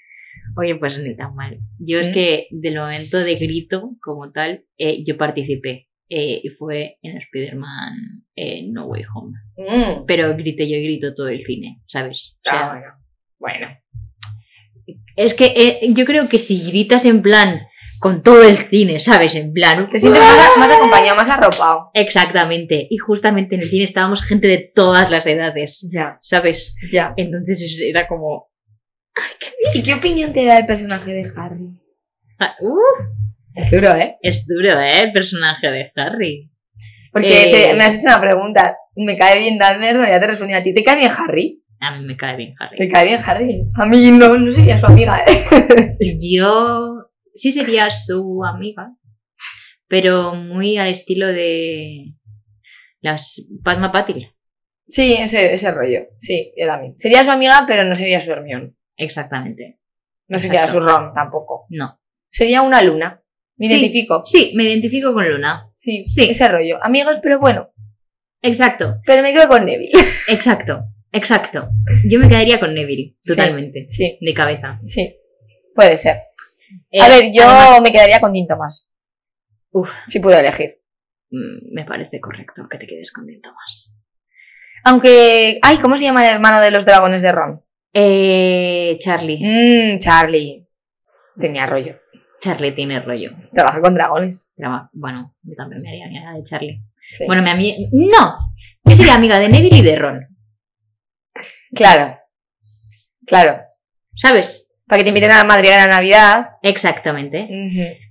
Oye, pues ni tan mal. Yo es
Sí.
que del momento de grito como tal, eh, yo participé. eh, y fue en Spider-Man eh, No Way Home.
Mm.
Pero grité yo y grito todo el cine, ¿sabes? O sea,
Ah, bueno. Bueno,
Es que eh, yo creo que si gritas en plan con todo el cine, ¿sabes? En plan.
Te sientes más, a- más acompañado, más arropado.
Exactamente. Y justamente en el cine estábamos gente de todas las edades,
Ya,
¿sabes?
ya.
Entonces es- era como.
¿Y qué opinión te da el personaje de Harry?
ah, ¡uf!
Es duro, ¿eh?
es duro, ¿eh? El personaje de Harry.
Porque
Eh.
te- me has hecho una pregunta. ¿Me cae bien Dumbledore? Ya te respondí a ti. ¿Te cae bien Harry?
A mí me cae bien Harry.
¿Te cae bien Harry? A mí no, no sería su amiga, ¿eh?
Yo. Sí serías tu amiga, pero muy al estilo de. Las. Padma Patil.
Sí, ese, ese rollo. Sí, yo también. Sería su amiga, pero no sería su Hermión.
Exactamente.
No sería su
Exacto.
Ron tampoco.
No.
Sería una luna. Me
Sí.
identifico.
Sí, me identifico con Luna.
Sí,
Sí.
Ese rollo. Amigos, pero bueno.
Exacto.
Pero me quedo con Neville.
Exacto, exacto. Yo me quedaría con Neville,
Sí.
totalmente,
Sí,
de cabeza.
sí. Puede ser.
Eh,
a ver, yo
además,
me quedaría con Dean Thomas.
Uf.
Si puedo elegir.
mm, me parece correcto que te quedes con Dean Thomas.
Aunque. Ay, ¿cómo se llama el hermano de los dragones de Ron?
Eh, Charlie.
Mmm, Charlie. Tenía rollo.
Charlie tiene rollo.
Trabaja con dragones.
Pero bueno, yo también me haría amiga de Charlie.
Sí.
Bueno, mi amiga... ¡No! Yo sería amiga de Neville y de Ron,
Claro. Claro.
¿sabes?
Para que te inviten a la madriguera de Navidad.
Exactamente.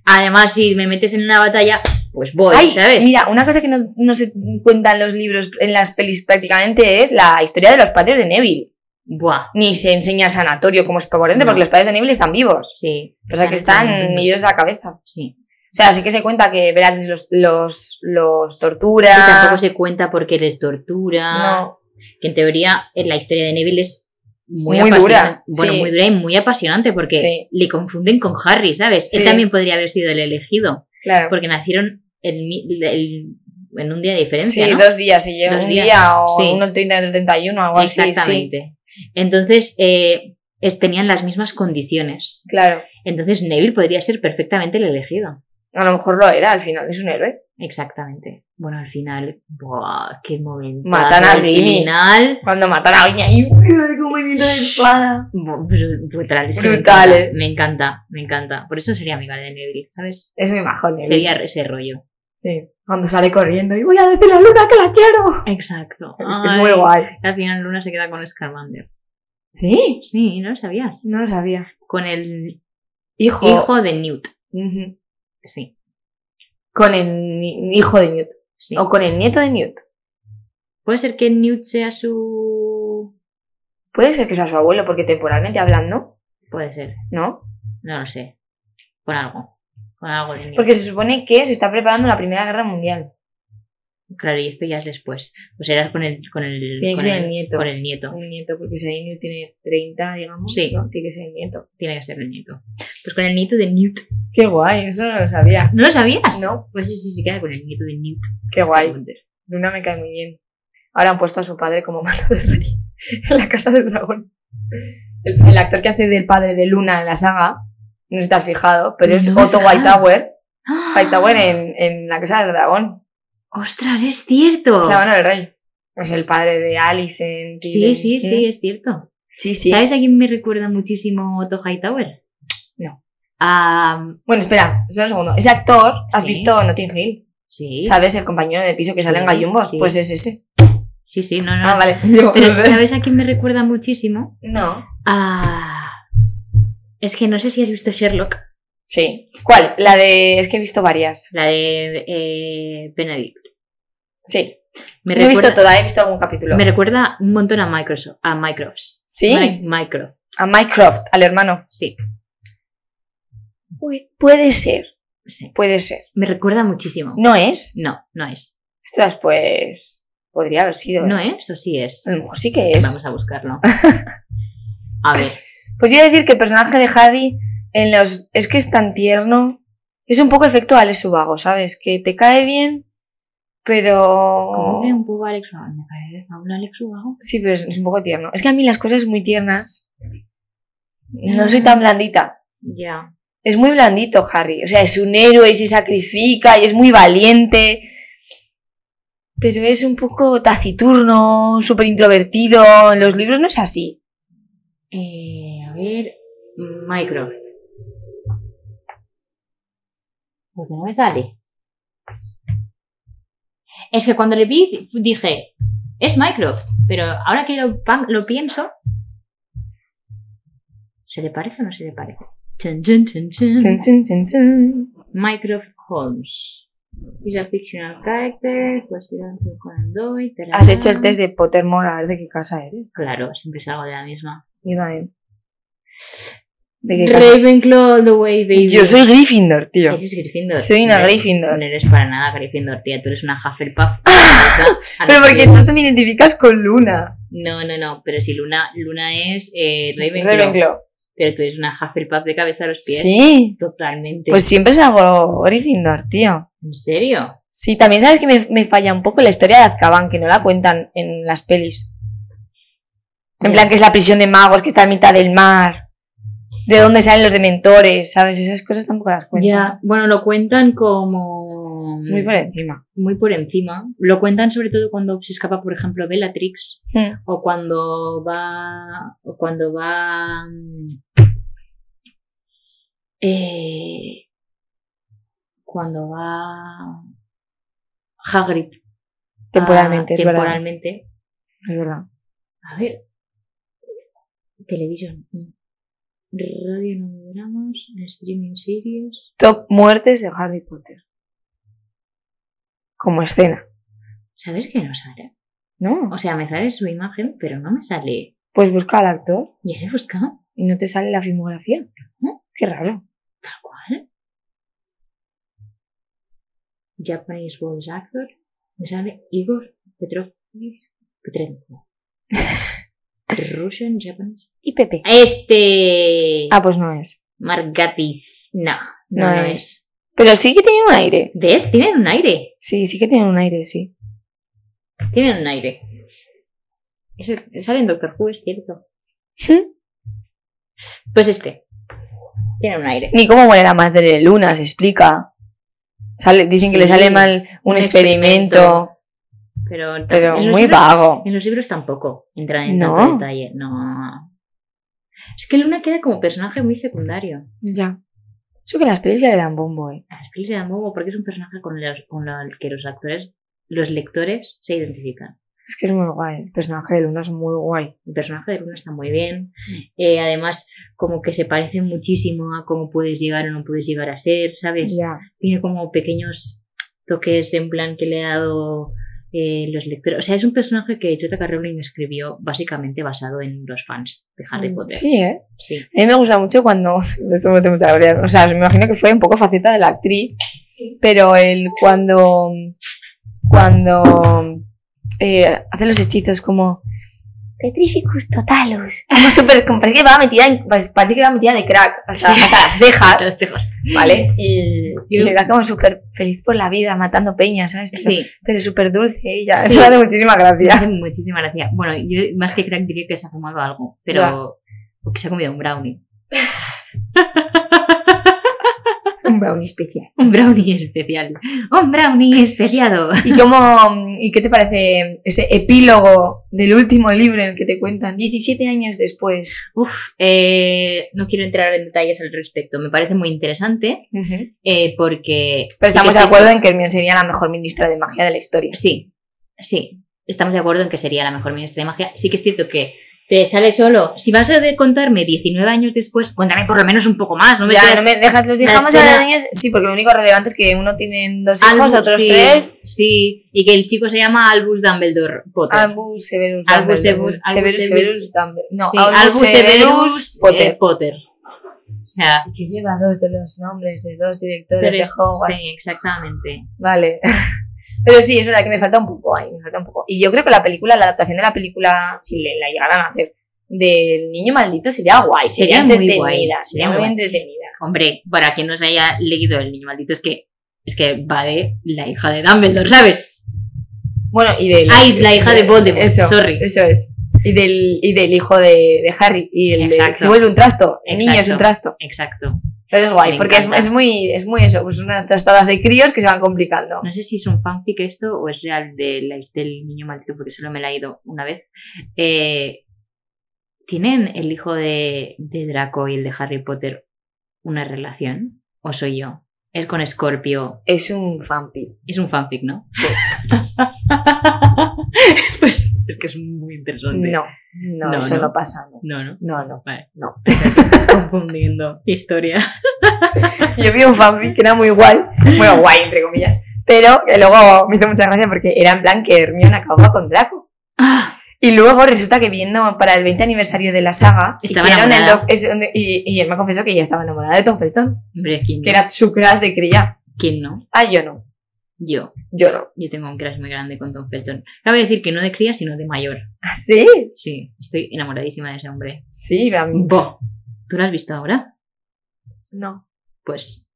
Además, si me metes en una batalla, pues voy,
Ay,
¿sabes?
mira, una cosa que no, no se cuenta en los libros, en las pelis prácticamente, es la historia de los padres de Neville.
Buah,
Ni se enseña el sanatorio como es favorente,
No.
porque los padres de Neville están vivos.
sí.
O sea, que están medidos de la cabeza.
Sí.
O sea, sí que se cuenta que Verax los, los, los
Y
tortura.
tampoco se cuenta porque les tortura.
No,
que en teoría en la historia de Neville es muy,
Muy
apasionante.
dura,
Bueno,
sí.
muy dura y muy apasionante porque
Sí.
le confunden con Harry, ¿sabes?
Sí.
Él también podría haber sido el elegido
claro.
porque nacieron en, mi- el- en un día de
Sí,
diferencia, ¿no?
dos días se lleva,
Dos
un
días,
día o
sí.
uno el 30 y otro el 31 o algo así. Sí,
Exactamente. Entonces, eh, es- tenían las mismas condiciones.
claro.
Entonces, Neville podría ser perfectamente el elegido.
A lo mejor lo era, al final es un héroe.
Exactamente. Bueno, al final, ¡buah! ¡Qué momento!
Matan al Lily.
criminal.
Cuando matan a Oña y un movimiento de espada.
Bu- br- Brutal. pues, es que me
Brutal,
encanta,
eh.
Me encanta, me encanta. Por eso sería amiga de Neville, ¿sabes?
Es muy majón, ¿eh?
Sería ese rollo.
Sí. Cuando sale corriendo y voy a decir a Luna que la quiero.
Exacto.
Es muy guay.
Al final Luna se queda con Scamander.
Sí,
Sí, no lo sabías.
no lo sabía.
Con el
Hijo.
hijo de Newt.
Ujú.
Sí.
Con el ni- hijo de Newt.
sí.
O con el nieto de Newt.
Puede ser que Newt sea su.
Puede ser que sea su abuelo, porque temporalmente hablando,
Puede ser.
¿no?
No lo sé. Con algo. Con algo de Newt.
Porque se supone que se está preparando la Primera Guerra Mundial.
Claro, y esto ya es después. Pues era con el. Con el,
Tiene que
con
ser el nieto.
Con el nieto.
un nieto, porque si Ainu tiene 30, digamos,
Sí.
¿no? tiene que ser el nieto.
Tiene que ser el nieto. Pues con el nieto de Newt.
Qué guay, eso no lo sabía.
¿No lo sabías?
No.
Pues sí, sí, se queda con el nieto de Newt.
Qué guay.
Scamander.
Luna me cae muy bien. Ahora han puesto a su padre como mano del rey en la casa del dragón. El, el actor que hace del padre de Luna en la saga, no sé si te has fijado, pero es
No.
Otto Hightower.
¡Ah!
Hightower en, en la casa del dragón.
¡Ostras, es cierto!
Es la mano del rey. Es el padre de Alice en
Ah. Sí,
Disney. ¿Eh?
sí, sí, es cierto.
Sí, sí.
¿Sabes a quién me recuerda muchísimo Otto Hightower?
No.
A...
Bueno, espera, espera un segundo. Ese actor, ¿has
Sí.
visto Notting Hill?
sí.
¿Sabes? El compañero de piso que sale en
Sí,
Gallumbos.
sí.
Pues es ese.
Sí, sí, no, no.
Ah, vale. Yo
Pero
no sé.
¿sabes a quién me recuerda muchísimo?
No.
A... Es que no sé si has visto Sherlock,
Sí. ¿Cuál? La de. Es que he visto varias.
la de eh, Benedict.
Sí.
Me
no he visto
recuerda-
toda, he visto algún capítulo.
Me recuerda un montón a Microsoft, a Microfts.
Sí.
Mi- Microft,
A Minecraft, al hermano.
sí,
Pu- puede ser,
sí.
puede ser.
Me recuerda muchísimo.
¿No es?
No, no es.
Ostras, pues podría haber sido.
¿No
¿eh?
es o sí es?
A lo mejor sí que es.
Vamos a buscarlo. A ver,
Pues iba a decir que el personaje de Harry en los es que es tan tierno. Es un poco efecto Alex Subago, ¿sabes? Que te cae bien, pero...
hombre, un poco Alex Ubago, me parece a un Alex Ubago.
Sí, pero es, es un poco tierno. Es que a mí las cosas muy tiernas... No soy tan blandita.
Ya.
Es muy blandito Harry. O sea, es un héroe y se sacrifica y es muy valiente. Pero es un poco taciturno, súper introvertido. En los libros no es así.
Eh, a ver, Microsoft. ¿Por qué no me sale? Es que cuando le vi dije, es Microsoft, pero ahora que lo, pan- lo pienso, ¿se le parece o no se le parece? Chun, chun, chun, chun.
Chun, chun, chun, chun.
Mycroft Holmes. Is a fictional pues character, considerado por Conan Doyle. tarará.
Has hecho el test de Pottermore a ver de qué casa eres.
Claro, siempre salgo de la misma.
Yo también. ¿De qué casa?
Ravenclaw all the way, baby.
Yo soy Gryffindor, tío.
Eres Gryffindor.
Soy una
No,
Gryffindor.
No eres para nada Gryffindor, tía. Tú eres una Hufflepuff.
Pero porque
no...
tú te me identificas con Luna.
No, no, no. Pero si Luna, Luna es eh, Ravenclaw,
Ravenclaw.
Pero tú eres una Hufflepuff de cabeza a los pies.
Sí.
Totalmente.
Pues siempre salgo Gryffindor, tío.
¿En serio?
Sí, también sabes que me, me falla un poco la historia de Azkaban, que no la cuentan en las pelis. En plan que es la prisión de magos, que está en mitad del mar. De dónde salen los dementores, ¿sabes? Esas cosas tampoco las cuentan.
Ya. Bueno, lo cuentan como...
Muy por encima.
muy por encima. Lo cuentan sobre todo cuando se escapa, por ejemplo, Bellatrix
Hmm.
o cuando va o cuando va mm, eh, cuando va Hagrid a- Ah,
Temporalmente, es verdad.
temporalmente.
Es verdad.
A ver. Televisión. mm. Radio novedramas, streaming series.
Top muertes de Harry Potter. Como escena,
¿Sabes qué no sale?
¿no?
O sea, me sale su imagen, pero no me sale.
Pues busca al actor
¿Ya le he buscado?
y no te sale la filmografía.
No.
Qué raro.
Tal cual. Japanese voice actor. Me sale Igor Petrov. Petrenko. Russian, Japanese.
Y Pepe.
Este.
Ah, pues no es.
Mark Gatiss. No, no,
No
no
es.
es.
Pero sí que tiene un aire.
¿Ves? Tienen un aire.
Sí, sí que tiene un aire, sí.
Tienen un aire. Ese- sale en Doctor Who, es cierto. Hm. Pues este. Tiene un aire.
Ni cómo muere la madre de Luna, se explica. Sale, dicen que le
Sí,
sale mal un,
un
experimento,
experimento. Pero, tam-
pero
en los
muy
libros-
vago.
En los libros tampoco entran en
No.
tanto detalle. No. Es que Luna queda como personaje muy secundario.
Ya. Eso que las pelis ya le dan bombo, ¿eh?
A las pelis le dan bobo porque es un personaje con, los- con el que los actores, los lectores se identifican.
Es que es muy guay. El personaje de Luna es muy guay.
El personaje de Luna está muy bien.
Mm.
Eh, además, como que se parece muchísimo a cómo puedes llegar o no puedes llegar a ser, ¿sabes?
Ya.
Tiene como pequeños toques en plan que le ha dado eh, los lectores. O sea, es un personaje que J.K. Rowling escribió básicamente basado en los fans de Harry Potter.
Sí, ¿eh?
sí.
A mí me gusta mucho cuando. Esto me hace mucha gracia. O sea, me imagino que fue un poco faceta de la actriz. Pero el cuando. Cuando. eh, hace los hechizos como. Petrificus totalus. Como súper. como Parece que va metida en- pues, parece que va metida de crack. Hasta,
Ah, Sí.
hasta las cejas.
Los tejos.
¿Vale? Y. y
Yo-
se va como súper feliz por la vida, matando peñas, ¿sabes? Pero,
Sí,
pero súper dulce ella.
Sí.
Eso me hace muchísima
me
gracia.
hace muchísima gracia. Bueno, yo más que crack diría que se ha fumado algo,
Ya.
pero o que se ha comido un brownie.
Un brownie especial.
Un brownie especial. Un brownie
Pues
especiado.
¿Y cómo, y qué te parece ese epílogo del último libro en el que te cuentan 17 años después?
Uf, eh, no quiero entrar en detalles al respecto. Me parece muy interesante eh, porque... sí que
Pero estamos
es
de acuerdo
cierto-
en que Hermione sería la mejor ministra de magia de la historia.
Sí, sí. Estamos de acuerdo en que sería la mejor ministra de magia. Sí que es cierto que Te sale solo. Si vas a de- contarme 19 años después, cuéntame por lo menos un poco más. No me
Ya,
digas
no me dejas, los
La
dejamos a las
escena-
niñas. Sí, porque lo único relevante es que uno tiene dos hijos,
Albus,
otros
sí,
tres.
Sí, y que el chico se llama Albus Dumbledore Potter.
Albus, Severus,
Albus,
Dumbledore,
Severus, Albus,
Severus, Severus,
Severus.
Dumbledore. Ah, No,
Sí,
Albus, Severus,
eh,
Potter.
Potter. O sea,
Y que lleva dos de los nombres de dos directores
pero-
de Hogwarts.
Sí, exactamente.
Vale. Pero sí, es verdad que me falta un poco ahí, me falta un poco. Y yo creo que la película, la adaptación de la película, si le- la llegaran a hacer, del niño maldito sería guay, sería,
Sería muy
entretenida,
guay,
sería
sería
muy
guay.
entretenida.
Hombre, para quien no se haya leído El niño maldito, es que, es que va de la hija de Dumbledore, ¿sabes?
Bueno, y del...
Ay, la hija de Voldemort,
Eso,
sorry.
eso es. Y del, y del hijo de, de Harry, y el de- que
Exacto.
se vuelve un trasto, el niño es un
Exacto.
trasto.
Exacto.
Pero es guay,
Me
porque es,
encanta.
es muy, es muy eso, pues unas trastadas de críos que se van complicando.
No sé si es un fanfic esto o es real de la- del niño maldito porque solo me la he ido una vez. Eh, ¿Tienen el hijo de, de Draco y el de Harry Potter una relación? ¿O soy yo? Es con Scorpio.
Es un fanfic.
Es un fanfic, ¿no? Sí. pues es que es muy interesante.
No, no,
No,
eso no,
no.
pasa. No,
No, no.
no. no.
Vale.
No.
Confundiendo historia.
Yo vi un fanfic que era muy guay, bueno, guay entre comillas, pero que luego me hizo mucha gracia porque era en plan que Hermione acababa con Draco.
Ah,
Y luego resulta que viendo para el 20 aniversario de la saga,
Estaba
hicieron el
enamorada.
doc- es- y, y él me confesó que ella estaba enamorada de Tom Felton,
Hombre, ¿quién
que
no?
era su crush de cría.
¿Quién no?
Ah, yo no,
Yo.
yo no.
Yo tengo un crush muy grande con Tom Felton. Cabe decir que no de cría, sino de mayor.
¿Ah, ¿Sí?
Sí, estoy enamoradísima de ese hombre.
Sí, a mí-
Bo. ¿Tú lo has visto ahora?
No.
Pues.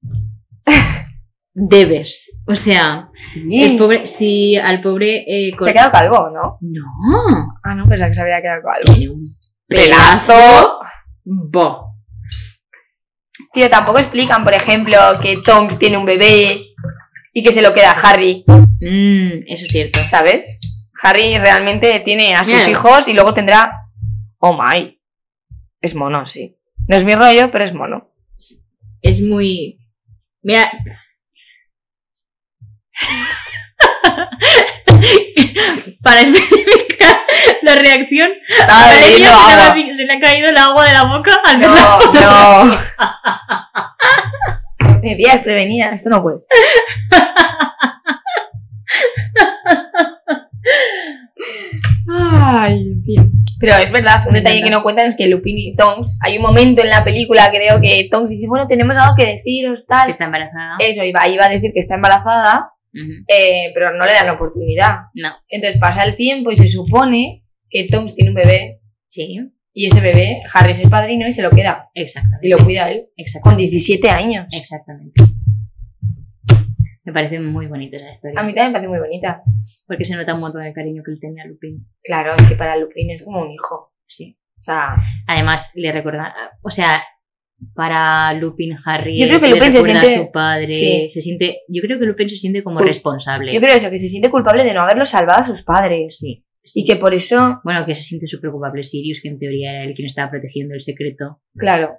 Debes. O sea, el
Sí.
pobre. Si al pobre. eh,
Se
cor-
ha quedado calvo, ¿no?
No.
Ah, no, pensaba que se había quedado calvo.
Tiene un pelazo. Bo.
Tío, tampoco explican, por ejemplo, que Tonks tiene un bebé y que se lo queda a Harry,
Mm, eso es cierto.
¿sabes? Harry realmente tiene a sus
Bien.
hijos y luego tendrá. Oh my. Es mono, sí. No es mi rollo, pero es mono.
Es muy. Mira. Para especificar la reacción,
Ah,
Vale,
sí,
ya
no,
se, le ha,
vamos.
vi- se le ha caído el agua de la boca al bebé.
no, no. Me pillas prevenida, esto no puede ser. Ay, bien. Pero es verdad, un
Me
detalle que
encanta.
no cuentan es que Lupin y Tonks, hay un momento en la película, creo que Tonks dice, bueno, tenemos algo que deciros, tal.
Está embarazada.
Eso, iba, iba a decir que está embarazada,
Ujú.
eh, pero no le dan la oportunidad.
No.
Entonces pasa el tiempo y se supone que Tonks tiene un bebé
Sí,
y ese bebé, Harry es el padrino y se lo queda.
exactamente.
Y lo cuida él. Con
exactamente.
17 años.
Exactamente. Me parece muy bonita esa historia.
A mí también me parece muy bonita.
Porque se nota un montón de cariño que él tenía a Lupin.
Claro, es que para Lupin es como un hijo.
Sí.
O sea,
Además, le recuerda. O sea, para Lupin, Harry.
Yo creo que
se le
Lupin se
recuerda
siente-
A su padre.
sí.
Se siente. Yo creo que Lupin se siente como
Uy,
responsable.
yo creo eso, que se siente culpable de no haberlo salvado a sus padres.
Sí. sí.
Y que por eso,
Bueno, que se siente súper culpable Sirius, que en teoría era él quien estaba protegiendo el secreto.
claro,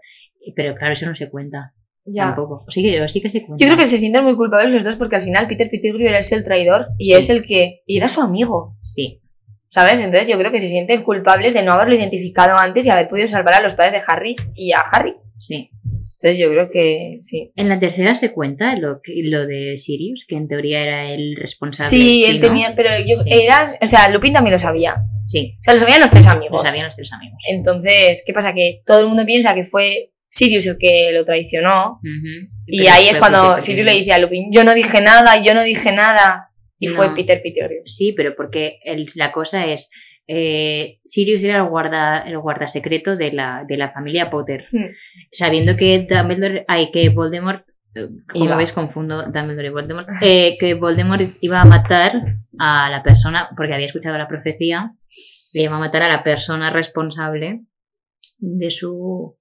Pero claro, eso no se cuenta.
ya.
Tampoco. Sí que, sí que se cuenta.
Yo creo que se sienten muy culpables los dos porque al final Peter Pettigrew era el traidor y
Sí.
es el que... Y era su amigo,
Sí.
¿sabes? Entonces yo creo que se sienten culpables de no haberlo identificado antes y haber podido salvar a los padres de Harry y a Harry.
Sí.
Entonces yo creo que sí.
En la tercera se cuenta lo, que- lo de Sirius, que en teoría era el responsable.
Sí, él
¿no?
tenía... Pero yo...
Sí.
Era, o sea, Lupin también lo sabía.
Sí,
O sea, lo sabían los tres
lo
amigos.
sabían los tres amigos.
Entonces, ¿qué pasa? Que todo el mundo piensa que fue Sirius el que lo traicionó.
Ujú.
Y
Pero
ahí
fue
es cuando
Peter
Sirius
Pettigrew.
le dice a Lupin, yo no dije nada, yo no dije nada. Y
No.
fue Peter Pettigrew.
Sí, pero porque el- la cosa es. eh, Sirius era el guarda el guardasecreto de la, de la familia Potter.
Hmm.
Sabiendo que Dumbledore. Ay, que Voldemort. eh, Como
Iba.
veis, confundo Dumbledore y Voldemort. eh, que Voldemort iba a matar a la persona. Porque había escuchado la profecía. Le iba a matar a la persona responsable de su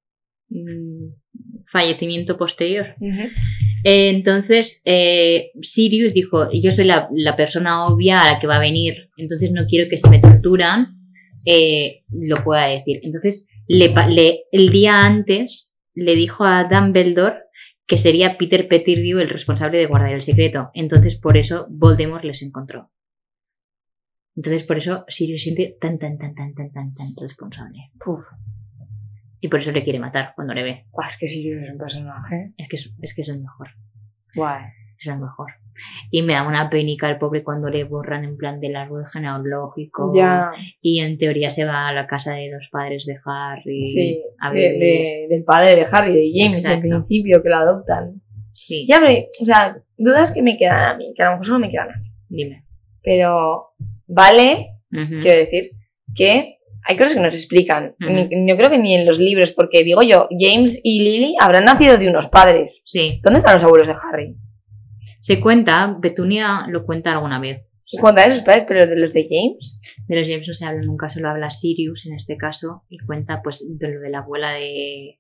mm, fallecimiento posterior. Eh, Entonces, eh, Sirius dijo, yo soy la, la persona obvia a la que va a venir, entonces no quiero que si me torturan eh, lo pueda decir. Entonces, le, pa- le- el día antes le dijo a Dumbledore que sería Peter Pettigrew el responsable de guardar el secreto. Entonces, por eso Voldemort les encontró. Entonces, por eso Sirius se siente tan, tan, tan, tan, tan, tan, tan responsable.
Puf,
Y por eso le quiere matar cuando le ve.
Buah, es que Sirius es un personaje.
Es que es, es que es el mejor.
Guay.
Es el mejor. Y me da una penica el pobre cuando le borran en plan del árbol genealógico.
Ya,
Y en teoría se va a la casa de los padres de Harry.
sí.
A
de-
ver.
de- del padre de Harry, de James, en
Exacto.
principio, que la adoptan.
Sí,
Ya, pero, o sea, dudas que me quedan a mí, que a lo mejor solo me quedan a mí.
dime.
Pero vale,
Ujú.
quiero decir, que hay cosas que nos explican.
Ujú.
Ni- yo creo que ni en los libros, porque digo yo, James y Lily habrán nacido de unos padres.
Sí,
¿Dónde están los abuelos de Harry?
se cuenta, Petunia lo cuenta alguna vez.
Cuando de sus padres, pero de los de James.
De los James no se habla nunca, solo habla Sirius en este caso y cuenta pues de lo de la abuela de,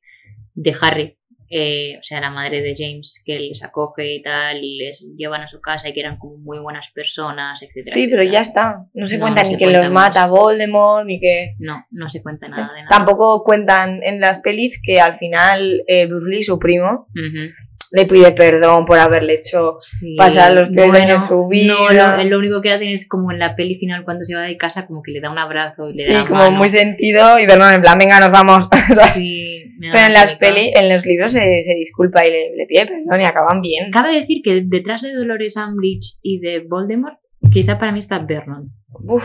de Harry, eh, o sea, la madre de James, que les acoge y tal, y les llevan a su casa y que eran como muy buenas personas, etcétera.
Sí, pero ya
etcétera.
está. No se
No,
cuentan
no
ni
se
que los
cuentan Ah.
mata Voldemort, ni que...
No, no se cuenta nada de nada.
Tampoco cuentan en las pelis que al final eh, Dudley, su primo,
Ujú.
le pide perdón por haberle hecho...
Sí,
Pasar los peores años de su
No,
vida.
lo, lo único que hacen es como en la peli final cuando se va de casa, como que le da un abrazo y le
Sí,
da Ah, la
como
mano.
muy sentido y Vernon en plan, venga, nos vamos.
Sí, me da
Pero en
una
las
penita.
peli, en los libros se, se disculpa y le, le pide perdón y acaban bien.
Cabe decir que detrás de Dolores Umbridge y de Voldemort, quizá para mí está Vernon.
Uf.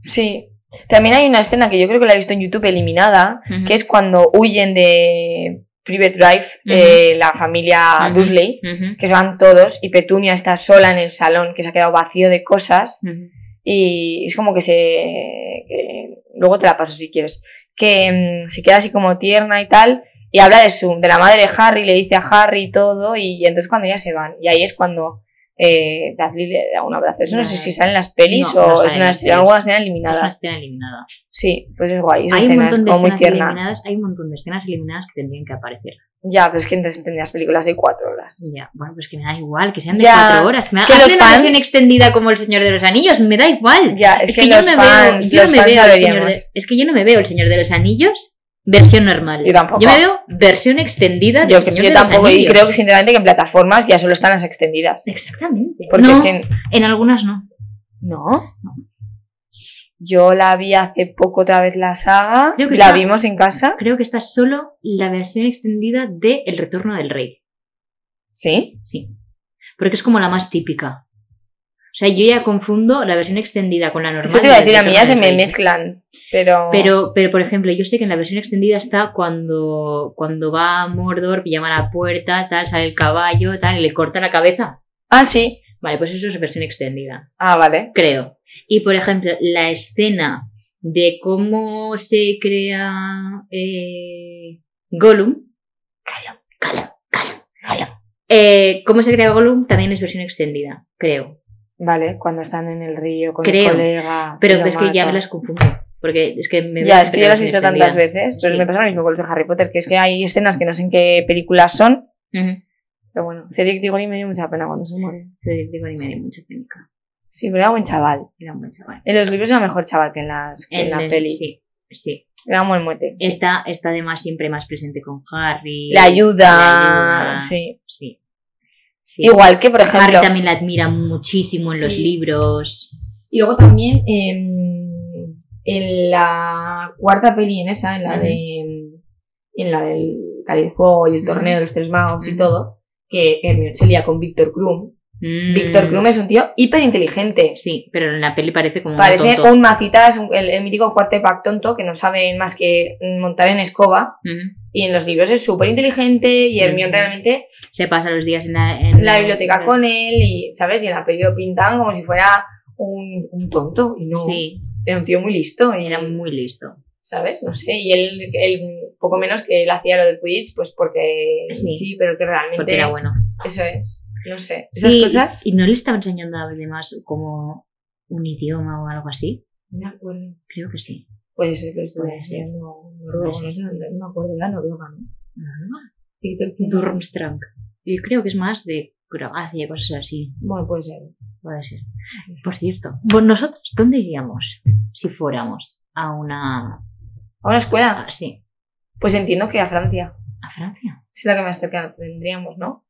Sí. También hay una escena que yo creo que la he visto en YouTube eliminada,
Ujú.
que es cuando huyen de Private Drive eh, la familia
Ujú.
Dursley,
Ujú,
que se van todos y Petunia está sola en el salón, que se ha quedado vacío de cosas
ujú.
y es como que se... que- luego te la paso si quieres, que mm, se queda así como tierna y tal y habla de su de la madre de Harry, le dice a Harry y todo y, entonces cuando ya se van y ahí es cuando... Eh, Dudley le da un abrazo. Eso no,
No,
sé si salen las pelis
no,
o
no sale
es
en
una,
las
escena-
pelis.
alguna escena
Es una
eliminada.
escena eliminada.
Sí, pues es guay. Esa
Hay un
escena es
montón de
como muy
escenas
tierna.
eliminadas, hay un montón de escenas eliminadas que tendrían que aparecer.
Ya, pero es que entonces tendrías películas de cuatro horas.
Ya, bueno, pues que me da igual, que sean de
Ya,
cuatro horas. Me
es
da,
que
hazme
los
una
fans-
versión extendida como El Señor de los Anillos, me da igual.
Ya, es, que,
yo
los
me
fans,
veo, yo
los
no me veo
fans lo
el señor de,
veríamos.
es que yo no me veo El Señor de los Anillos versión normal.
Yo tampoco.
me veo versión extendida del
Yo,
Señor
yo
de
tampoco,
los
y
Anillos.
creo que sinceramente que en plataformas ya solo están las extendidas.
Exactamente.
Porque
No,
es que.
en algunas no.
No. Yo la vi hace poco otra vez la saga.
Creo que
la
está-
vimos en casa.
Creo que está solo la versión extendida de El Retorno del Rey.
Sí.
Sí. Porque es como la más típica. O sea, yo ya confundo la versión extendida con la normal.
Eso te iba a
del
decir, a mí ya
Retorno del
se me
Rey.
mezclan. Pero.
Pero, pero, por ejemplo, yo sé que en la versión extendida está cuando, cuando va a Mordor, llama a la puerta, tal, sale el caballo, tal, y le corta la cabeza.
Ah, sí.
Vale, pues eso es versión extendida,
Ah, vale.
creo. Y, por ejemplo, la escena de cómo se crea eh, Gollum. Gollum, Gollum, Gollum, Gollum. Eh, cómo se crea Gollum también es versión extendida, creo.
Vale, cuando están en el río con
Creo.
el colega. y
Pero
lo
es que ya
mata.
me las confundo. Porque es que me veo
Ya, es
siempre
que yo
la
las he
versión
visto tantas
extendida.
veces, pero
Sí.
me pasa lo mismo con los de Harry Potter, que es que hay escenas que no sé en qué películas son,
Ujú.
pero bueno, Cedric Diggory me dio mucha pena cuando se muere.
Entonces, digo, ni me di mucha técnica.
Sí, pero era buen chaval.
Era un buen chaval.
En los libros era mejor chaval que en, las, que en, la
el-
peli.
Sí, sí.
Era muy muerte. sí.
Está, está además siempre más presente con Harry.
Le ayuda,
le ayuda,
sí.
Sí. Sí.
Igual que, por ejemplo...
Harry también la admira muchísimo en los
Sí.
libros.
Y luego también em, en la cuarta peli, en esa, en la de en la del Cáliz de Fuego y el torneo de los tres magos y
Ujú.
todo, que Hermione se lía con Víctor Krum.
Mm,
Víctor Krum es un tío hiperinteligente.
Sí, pero en la peli parece como
Parece
un tonto.
un macitas, un- el, el mítico cuarto de pack tonto que no sabe más que montar en escoba.
Ujú.
Y en los libros es súper inteligente y Hermione
Ujú.
realmente
Se pasa los días en la, en-
en la biblioteca con él y, ¿sabes? Y en la peli lo pintan como si fuera un, un tonto. Y no,
Sí,
era un tío muy listo. Y
era muy listo.
¿sabes? No sé. Y él, él, poco menos que él hacía lo del Quidditch, pues porque sí,
Sí.
pero que realmente
Porque era bueno.
eso es. No sé. Esas
Sí,
cosas.
Y no le estaba enseñando a los demás como un idioma o algo así.
No me acuerdo.
Creo que sí.
Puede ser que estuviera
Puede ser.
haciendo noruego,
Puede
no sé dónde, no me acuerdo, era noruega, ¿no?
Normal.
Víctor Krum.
Durmstrang. Yo creo que es más de Croacia, cosas así.
Bueno, puede ser.
Puede ser. Por cierto, ¿vos- nosotros, ¿dónde iríamos si fuéramos a una.
¿A una escuela?
a- sí,
Pues entiendo que a Francia.
a Francia?
Es la que más cerca tendríamos, ¿no?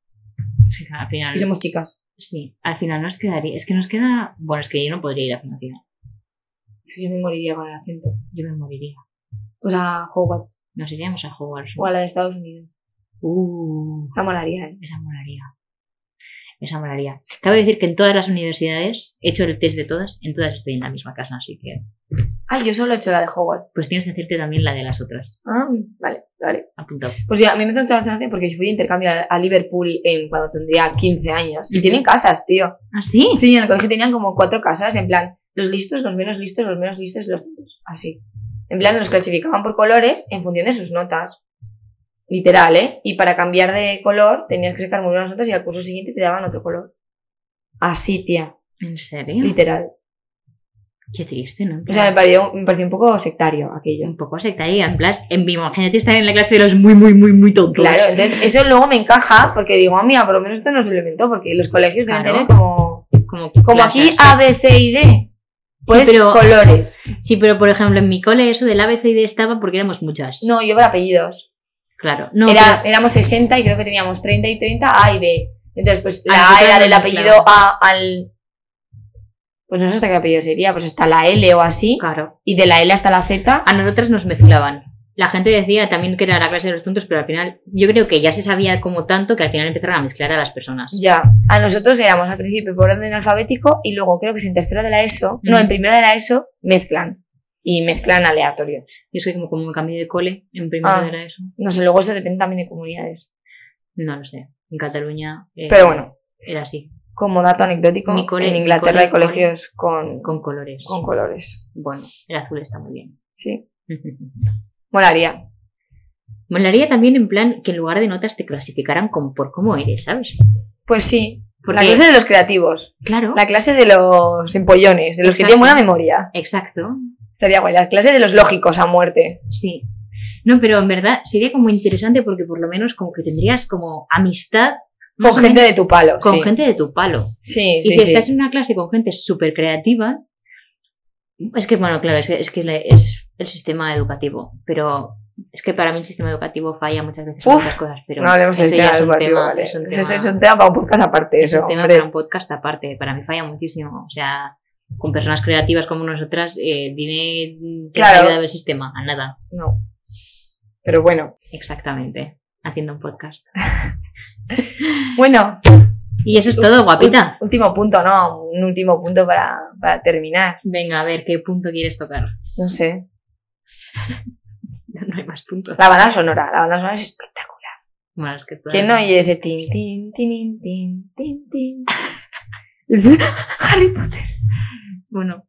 Sí, al final.
Y somos chicas.
Sí, al final nos quedaría. Es que nos queda. Bueno, es que yo no podría ir a final.
Yo me moriría con el acento.
Yo me moriría.
Pues a Hogwarts
Nos iríamos a Hogwarts.
o a la de Estados Unidos.
Uh,
Esa molaría, ¿eh?
esa molaría. Esa molaría. Cabe decir que en todas las universidades, he hecho el test de todas, en todas estoy en la misma casa, así que.
Ah, yo solo he hecho la de Hogwarts.
Pues tienes que hacerte también la de las otras.
Ah, vale, vale.
Apuntado.
Pues sí, a mí me hace mucha gracia porque yo fui de intercambio a- a Liverpool en cuando tendría 15 años. Y
Ujú.
tienen casas, tío.
¿Ah, sí?
Sí, en el colegio tenían como cuatro casas, en plan, los listos, los menos listos, los menos listos, los tontos. Así. En plan, los clasificaban por colores en función de sus notas. Literal, ¿eh? Y para cambiar de color tenías que sacar muy buenas notas y al curso siguiente te daban otro color. Así, tía.
¿En serio?
Literal.
Qué triste, ¿no? En
O sea, me
plan,
pareció, me pareció un poco sectario aquello.
un poco sectaria. En plan, en mi imagínate estar en la clase de los muy, muy, muy, muy tontos.
Claro, entonces eso luego me encaja porque digo, ah, mira, por lo menos esto no se lo inventó porque los colegios deben
Claro.
tener como,
Como,
como
clases.
aquí ah. A, B, C y D. Pues
pero-
colores.
Sí, pero por ejemplo, en mi cole eso del ABCD estaba porque éramos muchas.
No, yo por apellidos.
Claro. No,
Era-
pero-
éramos 60 y creo que teníamos 30 y 30 A y B. Entonces, pues
Ah,
la A
nosotros
era del
no,
apellido
claro.
A al. Pues no sé hasta qué apellido sería, pues hasta la L o así.
claro.
Y de la L hasta la Z.
A nosotras nos mezclaban. La gente decía también que era la clase de los tontos, pero al final yo creo que ya se sabía como tanto que al final empezaron a mezclar a las personas.
Ya. A nosotros éramos al principio por orden alfabético y luego creo que es en tercero de la ESO. No,
Ujú.
en primero de la ESO mezclan. Y mezclan aleatorio.
Yo soy como, como un cambio de cole, en primero
Ah.
era eso.
No sé, luego eso depende también de comunidades.
No lo sé. En Cataluña eh,
Pero bueno,
era así,
como dato anecdótico,
Mi cole-
en
mi
Inglaterra
cole-
hay colegios con,
con colores.
con colores.
Bueno, el azul está muy bien.
Sí. Molaría.
Molaría también en plan que en lugar de notas te clasificaran con, por cómo eres, ¿sabes?
Pues sí.
Porque,
La clase de los creativos.
claro,
La clase de los empollones, de los que
Exacto.
tienen buena memoria.
exacto,
Estaría guay. La clase de los lógicos a muerte.
Sí. No, pero en verdad sería como interesante porque por lo menos como que tendrías como amistad
Con
más o
gente
menos,
de tu palo.
con
sí.
gente de tu palo.
Sí,
y
sí,
si este
sí.
estás en una clase con gente súper creativa, es que bueno, claro, es, que- es que es la- es el sistema educativo, pero es que para mí el sistema educativo falla muchas veces en
Uf,
muchas cosas, pero
No hablemos de
ese ya
sistema
es un
educativo,
tema-
vale.
es un
Ese- ese es
tema-
un tema para un podcast aparte,
es
eso,
un tema
hombre.
para un podcast aparte, para mí falla muchísimo, o sea, con personas creativas como nosotras, eh, dime que
Claro.
ayuda del sistema, a nada.
No. Pero bueno.
Exactamente, haciendo un podcast.
Bueno,
Y eso es todo, guapita.
último punto, ¿no? Un último punto para, para terminar.
Venga, a ver, ¿qué punto quieres tocar?
No sé.
No hay más puntos.
La banda sonora. La banda sonora es espectacular.
Bueno, es que tú-
¿Quién no oye ese tin, tin, tin, tin, tin, tin? Harry Potter.
Bueno,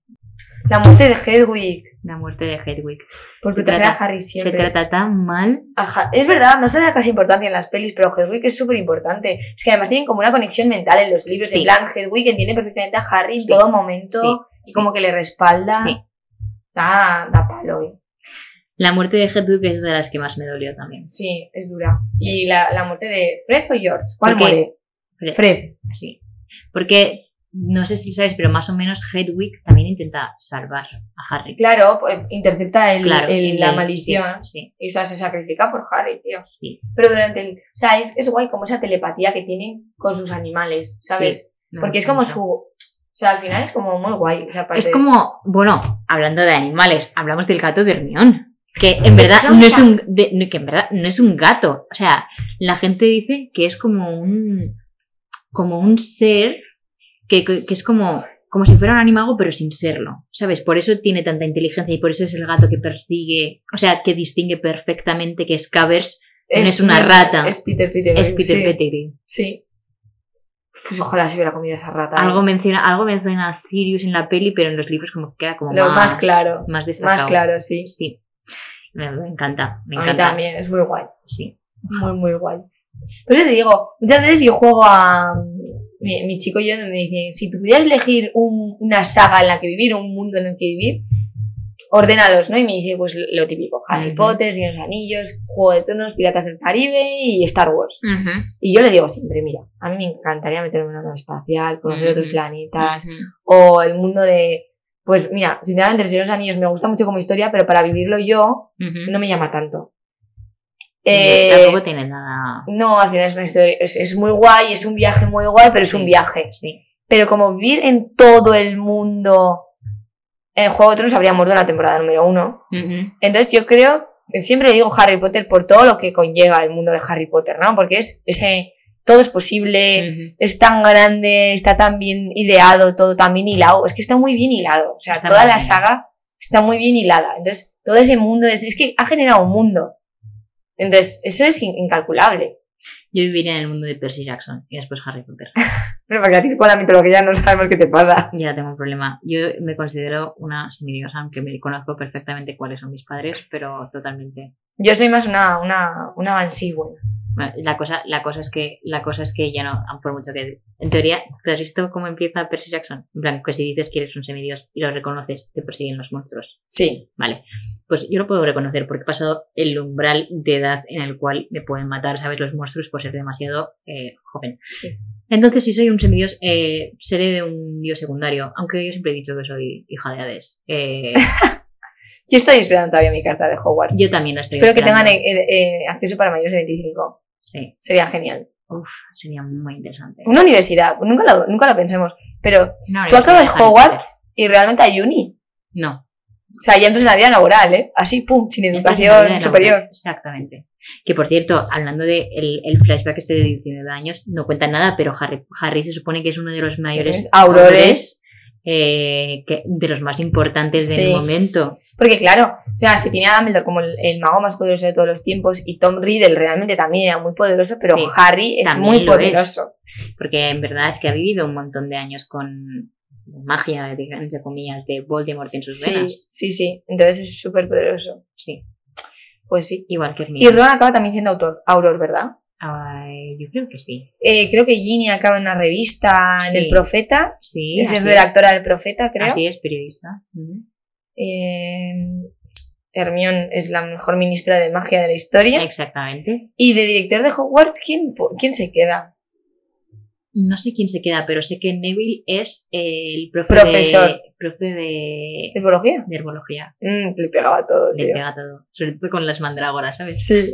La muerte de Hedwig.
la muerte de Hedwig.
Por
Se
proteger a
trata-
Harry siempre.
Se trata tan mal.
Ajá, es verdad, no se le da casi importancia en las pelis, pero Hedwig es súper importante. Es que además tienen como una conexión mental en los libros.
Sí.
En plan, Hedwig entiende perfectamente a Harry en
Sí.
todo momento
Sí.
y como que le respalda.
Sí.
Ah, da palo. eh.
La muerte de Hedwig es de las que más me dolió también.
Sí, es dura. Y la, la muerte de Fred o George. ¿Cuál
¿Por qué?
muere?
Fred.
Fred.
Sí. Porque, no sé si sabes, pero más o menos Hedwig también intenta salvar a Harry.
Claro, pues, intercepta el, el-
y
la
le-
maldición.
Sí,
Y o sea, se sacrifica por Harry, tío.
sí. sí.
Pero durante el. O sea, es, es guay como esa telepatía que tienen con sus animales, ¿sabes?
Mm, Me
Porque es
gusta
como
mucho.
su. O sea, al final es como muy guay. O sea, aparte-
Es como, bueno, hablando de animales, hablamos del gato de Hermión. Que en verdad
Rosa.
no es un de- no, que en verdad no es un gato. O sea, la gente dice que es como un como un ser que, que- que es como, como si fuera un animago, pero sin serlo. ¿Sabes? Por eso tiene tanta inteligencia y por eso es el gato que persigue, o sea, que distingue perfectamente que Scavers es una rata.
Es Peter Peter.
es Peter
sí,
Pettigrew.
Sí. Pues ojalá se hubiera comido esa rata.
Algo
eh.
menciona, algo menciona a Sirius en la peli, pero en los libros como que queda como
Lo
más,
más claro.
Más destacado.
Más claro, sí.
Sí. Me, me encanta, me
A mí
encanta.
también, es muy guay.
Sí.
Muy, muy guay. Pues yo te digo, muchas veces yo juego a. mm, Mi, mi chico y yo me dicen: si tú pudieras elegir un- una saga en la que vivir, un mundo en el que vivir, ordénalos, ¿no? Y me dice: pues lo típico: Harry
Ujú.
Potter, Señor de los Anillos, Juego de Tronos, Piratas del Caribe y Star Wars. Y yo le digo siempre, mira, a mí me encantaría meterme en una nave espacial, conocer
Ujú.
otros planetas, o el mundo de... Pues mira, sinceramente, el Señor de los Anillos me gusta mucho como historia, pero para vivirlo yo
Ujú.
no me llama tanto. Eh,
Tampoco tiene nada.
no, al final es una historia, es, es muy guay, es un viaje muy guay, pero es un
Sí,
viaje.
Sí.
Pero como vivir en todo el mundo, en Juego de Tronos habría muerto en la temporada número uno.
Ujú.
Entonces yo creo, siempre digo Harry Potter por todo lo que conlleva el mundo de Harry Potter, ¿no? Porque es ese, todo es posible,
Ujú.
es tan grande, está tan bien ideado, todo tan bien hilado. Es que está muy bien hilado. O sea,
Está
toda
muy
la
bien.
saga está muy bien hilada. Entonces, todo ese mundo es, es que ha generado un mundo. Entonces, eso es in- incalculable.
Yo viviría en el mundo de Percy Jackson y después Harry Potter.
Pero porque a ti con la mitología no sabemos qué te pasa.
Ya tengo un problema. Yo me considero una semidiosa, aunque me conozco perfectamente cuáles son mis padres, pero totalmente.
Yo soy más una, una, una Van Seagull.
Bueno, La cosa, la cosa es que, la cosa es que ya no, ah, por mucho que. En teoría, ¿te has visto cómo empieza Percy Jackson? En plan, que si dices que eres un semidios y lo reconoces, te persiguen los monstruos.
Sí.
Vale. Pues yo lo puedo reconocer porque he pasado el umbral de edad en el cual me pueden matar, ¿sabes? Los monstruos por ser demasiado eh, joven.
Sí.
Entonces, si soy un semidios, eh, seré de un dios secundario. Aunque yo siempre he dicho que soy hija de Hades. Eh,
Yo estoy esperando todavía mi carta de Hogwarts.
yo también la estoy
Espero que tengan
esperando.
eh, eh, acceso para mayores de 25.
Sí.
Sería genial.
Uf, sería muy interesante.
Una universidad, nunca lo, nunca lo pensemos. Pero
Una
tú acabas
universidad de Harry Potter.
Hogwarts y realmente hay uni.
No.
O sea, ya entras en la vida laboral, ¿eh? Así, pum, sin
Entonces,
educación
no, no,
superior.
Exactamente. Que por cierto, hablando de el, el flashback este de 19 años, no cuenta nada, pero Harry, Harry se supone que es uno de los mayores
Es aurores.
eh, que- de los más importantes del
Sí.
momento.
Porque claro, o sea, se tiene a Dumbledore como el, el mago más poderoso de todos los tiempos y Tom Riddle realmente también era muy poderoso, pero
Sí,
Harry es
también
muy
lo es.
poderoso.
Porque en verdad es que ha vivido un montón de años con magia, entre comillas, de Voldemort en sus
Sí,
venas.
sí, sí. Entonces es súper poderoso.
Sí,
Pues sí.
igual que Hermione.
Y Ron acaba también siendo autor, Auror, ¿verdad?
Ay, yo creo que sí.
Eh, creo que Ginny acaba en una revista, en
Sí.
El Profeta.
Sí,
Es
así
redactora del Profeta, creo.
Así es, periodista. Ujú.
Eh, Hermione es la mejor ministra de magia de la historia.
Exactamente.
Y de director de Hogwarts, ¿quién, po- quién se queda?
No sé quién se queda, pero sé que Neville es el profe
Profesor.
de, profe de,
¿Herbología?
de herbología.
Mm, le pegaba todo,
Le
tío.
pega todo. Sobre todo con las mandrágoras, ¿sabes?
Sí.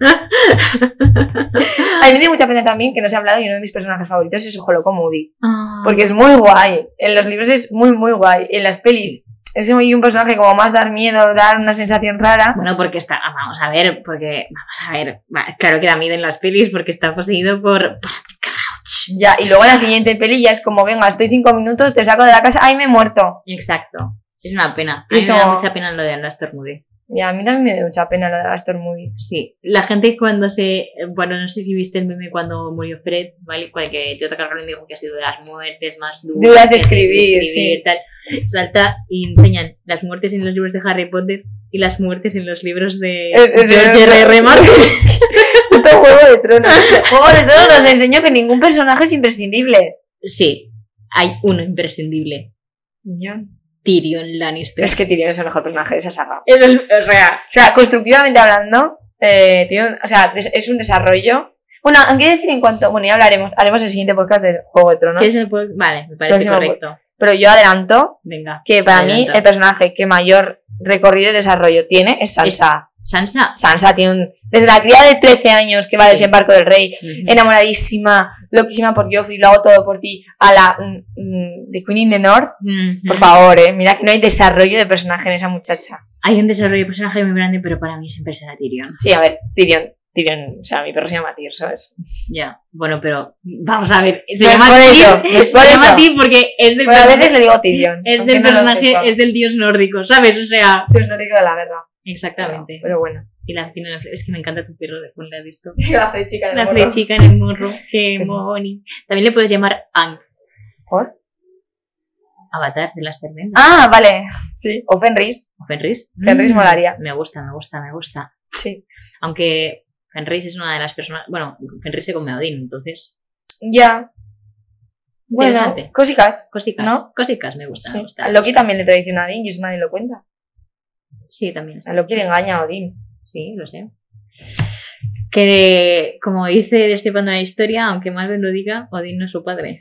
A mí me dio mucha pena también que no se ha hablado y uno de mis personajes favoritos es Holoco Moody.
Ah,
Porque es muy guay. En los libros es muy, muy guay. En las pelis es muy un personaje como más dar miedo, dar una sensación rara.
Bueno, porque está. ah, Vamos a ver, porque. Vamos a ver. va, Claro que da miedo en las pelis porque está poseído por. Crouch.
Ya, y luego en la siguiente peli ya es como, venga, estoy cinco minutos, te saco de la casa, ¡ay, me he muerto!
Exacto. Es una pena. A mí
Eso-
me da mucha pena lo de Anastor Moody.
Y a mí también me dio mucha pena lo de Astor Moody.
Sí, la gente cuando se. Bueno, no sé si viste el meme cuando murió Fred, ¿vale? Cual que J.K. Rowling dijo que ha sido de las muertes más duras.
Duras de
que se
escribir,
escribir,
sí.
tal. Salta y enseñan las muertes en los libros de Harry Potter y las muertes en los libros de
Es- es-
George R.R. Martin.
Puto Juego de Tronos. Juego de Tronos nos enseñó que ningún personaje es imprescindible.
Sí, hay uno imprescindible: Tyrion Lannister.
Es que Tyrion es el mejor personaje de esa saga.
es el es real.
O sea, constructivamente hablando, eh, tiene un- o sea, des- es un desarrollo. Bueno, aunque decir en cuanto. Bueno, ya hablaremos, haremos el siguiente podcast de Juego de Tronos.
Es el pueblo- Vale, me parece
Próximo pues.
correcto.
Pero yo adelanto
Venga.
que para mí
Adelanta.
el personaje que mayor recorrido y desarrollo tiene es Sansa.
Sansa.
Sansa tiene un. Desde la cría de 13 años que va al
Sí.
desembarco del rey,
ujú,
enamoradísima, loquísima por Joffrey, lo hago todo por ti, a la. mm, mm, de Queen in the North.
ujú.
Por favor, eh, mira que no hay desarrollo de personaje en esa muchacha.
Hay un desarrollo de personaje muy grande, pero para mí siempre será Tyrion.
Sí, a ver, Tyrion. Tyrion, o sea, mi perro se llama Tyr, ¿sabes?
Ya, bueno, pero vamos a ver. Se
No es
llama
por
Tyr,
eso, no es
se
por
llama
eso.
Tyr porque es del,
Pero a
perso-
veces le digo Tyrion.
es
aunque
del
no lo
personaje,
sepa.
es del dios nórdico, ¿sabes? O sea,
Dios no te digo la verdad.
exactamente.
Pero bueno. pues.
Y la tiene la fle- es que me encanta tu perro de cuando la he visto.
La flechica del
La
morro.
flechica en el morro, qué
Pues sí.
moni. También le puedes llamar Ang.
¿Por?
Avatar de las tormentas.
Ah, vale. Sí. O Fenris.
¿O Fenris? Mm.
Fenris molaría.
Me gusta, me gusta, me gusta.
Sí.
Aunque Fenris es una de las personas. Bueno, Fenris se come a Odín, entonces.
Ya. Bueno,
Interesante.
cositas.
Cosicas.
¿No?
Cosicas, me gusta.
Sí.
Me gusta.
A Loki también le traiciona a Odín y eso nadie lo cuenta.
Sí, también está.
A Loki le engaña a Odín.
Sí, lo sé. Que, como dice Estefano en la historia, aunque Marvel lo diga, Odín no es su padre.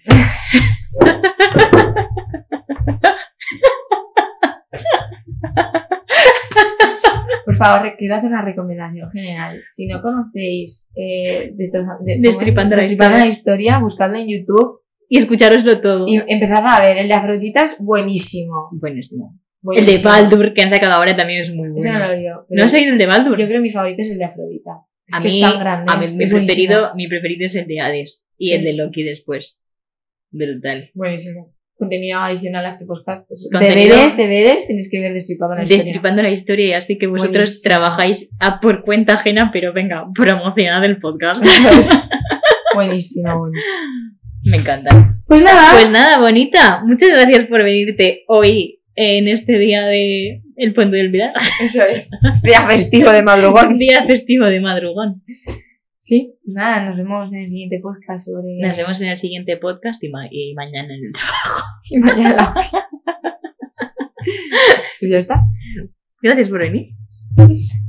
Por favor, quiero hacer una recomendación general. Si no conocéis eh, destroza- de- ¿cómo es?
Destripando la
Destripando la historia, buscadla en YouTube
Y escucharoslo todo.
y empezad a ver. El de Afrodita es buenísimo.
Buenísimo. El de
buenísimo.
Baldur que han sacado ahora también es muy
Ese no
bueno.
lo he oído. pero
¿No has oído el de Baldur?
Yo creo que mi favorito es el de Afrodita. Es
a
que
mí,
es tan grande.
a mí
es-
mi,
es buenísimo.
preferido, mi preferido es el de Hades y
Sí.
el de Loki después. Brutal.
Buenísimo. Contenido adicional a este podcast. pues,
Contenido-
Deberes, deberes, tenéis que ver Destripando la historia.
Destripando la historia, así que vosotros
Buenísimo.
trabajáis a por cuenta ajena, pero venga, promocionad el podcast.
Pues, Buenísimo, buenísimo.
Me encanta.
Pues nada,
Pues nada, bonita. Muchas gracias por venirte hoy en este día de el puente del Pilar.
Eso es. Día festivo de
Un
madrugón.
día festivo de madrugón.
sí, pues nada, nos vemos en el siguiente podcast sobre.
Nos vemos en el siguiente podcast y, ma- y mañana en el trabajo.
Y mañana la Pues ya está.
Gracias por venir.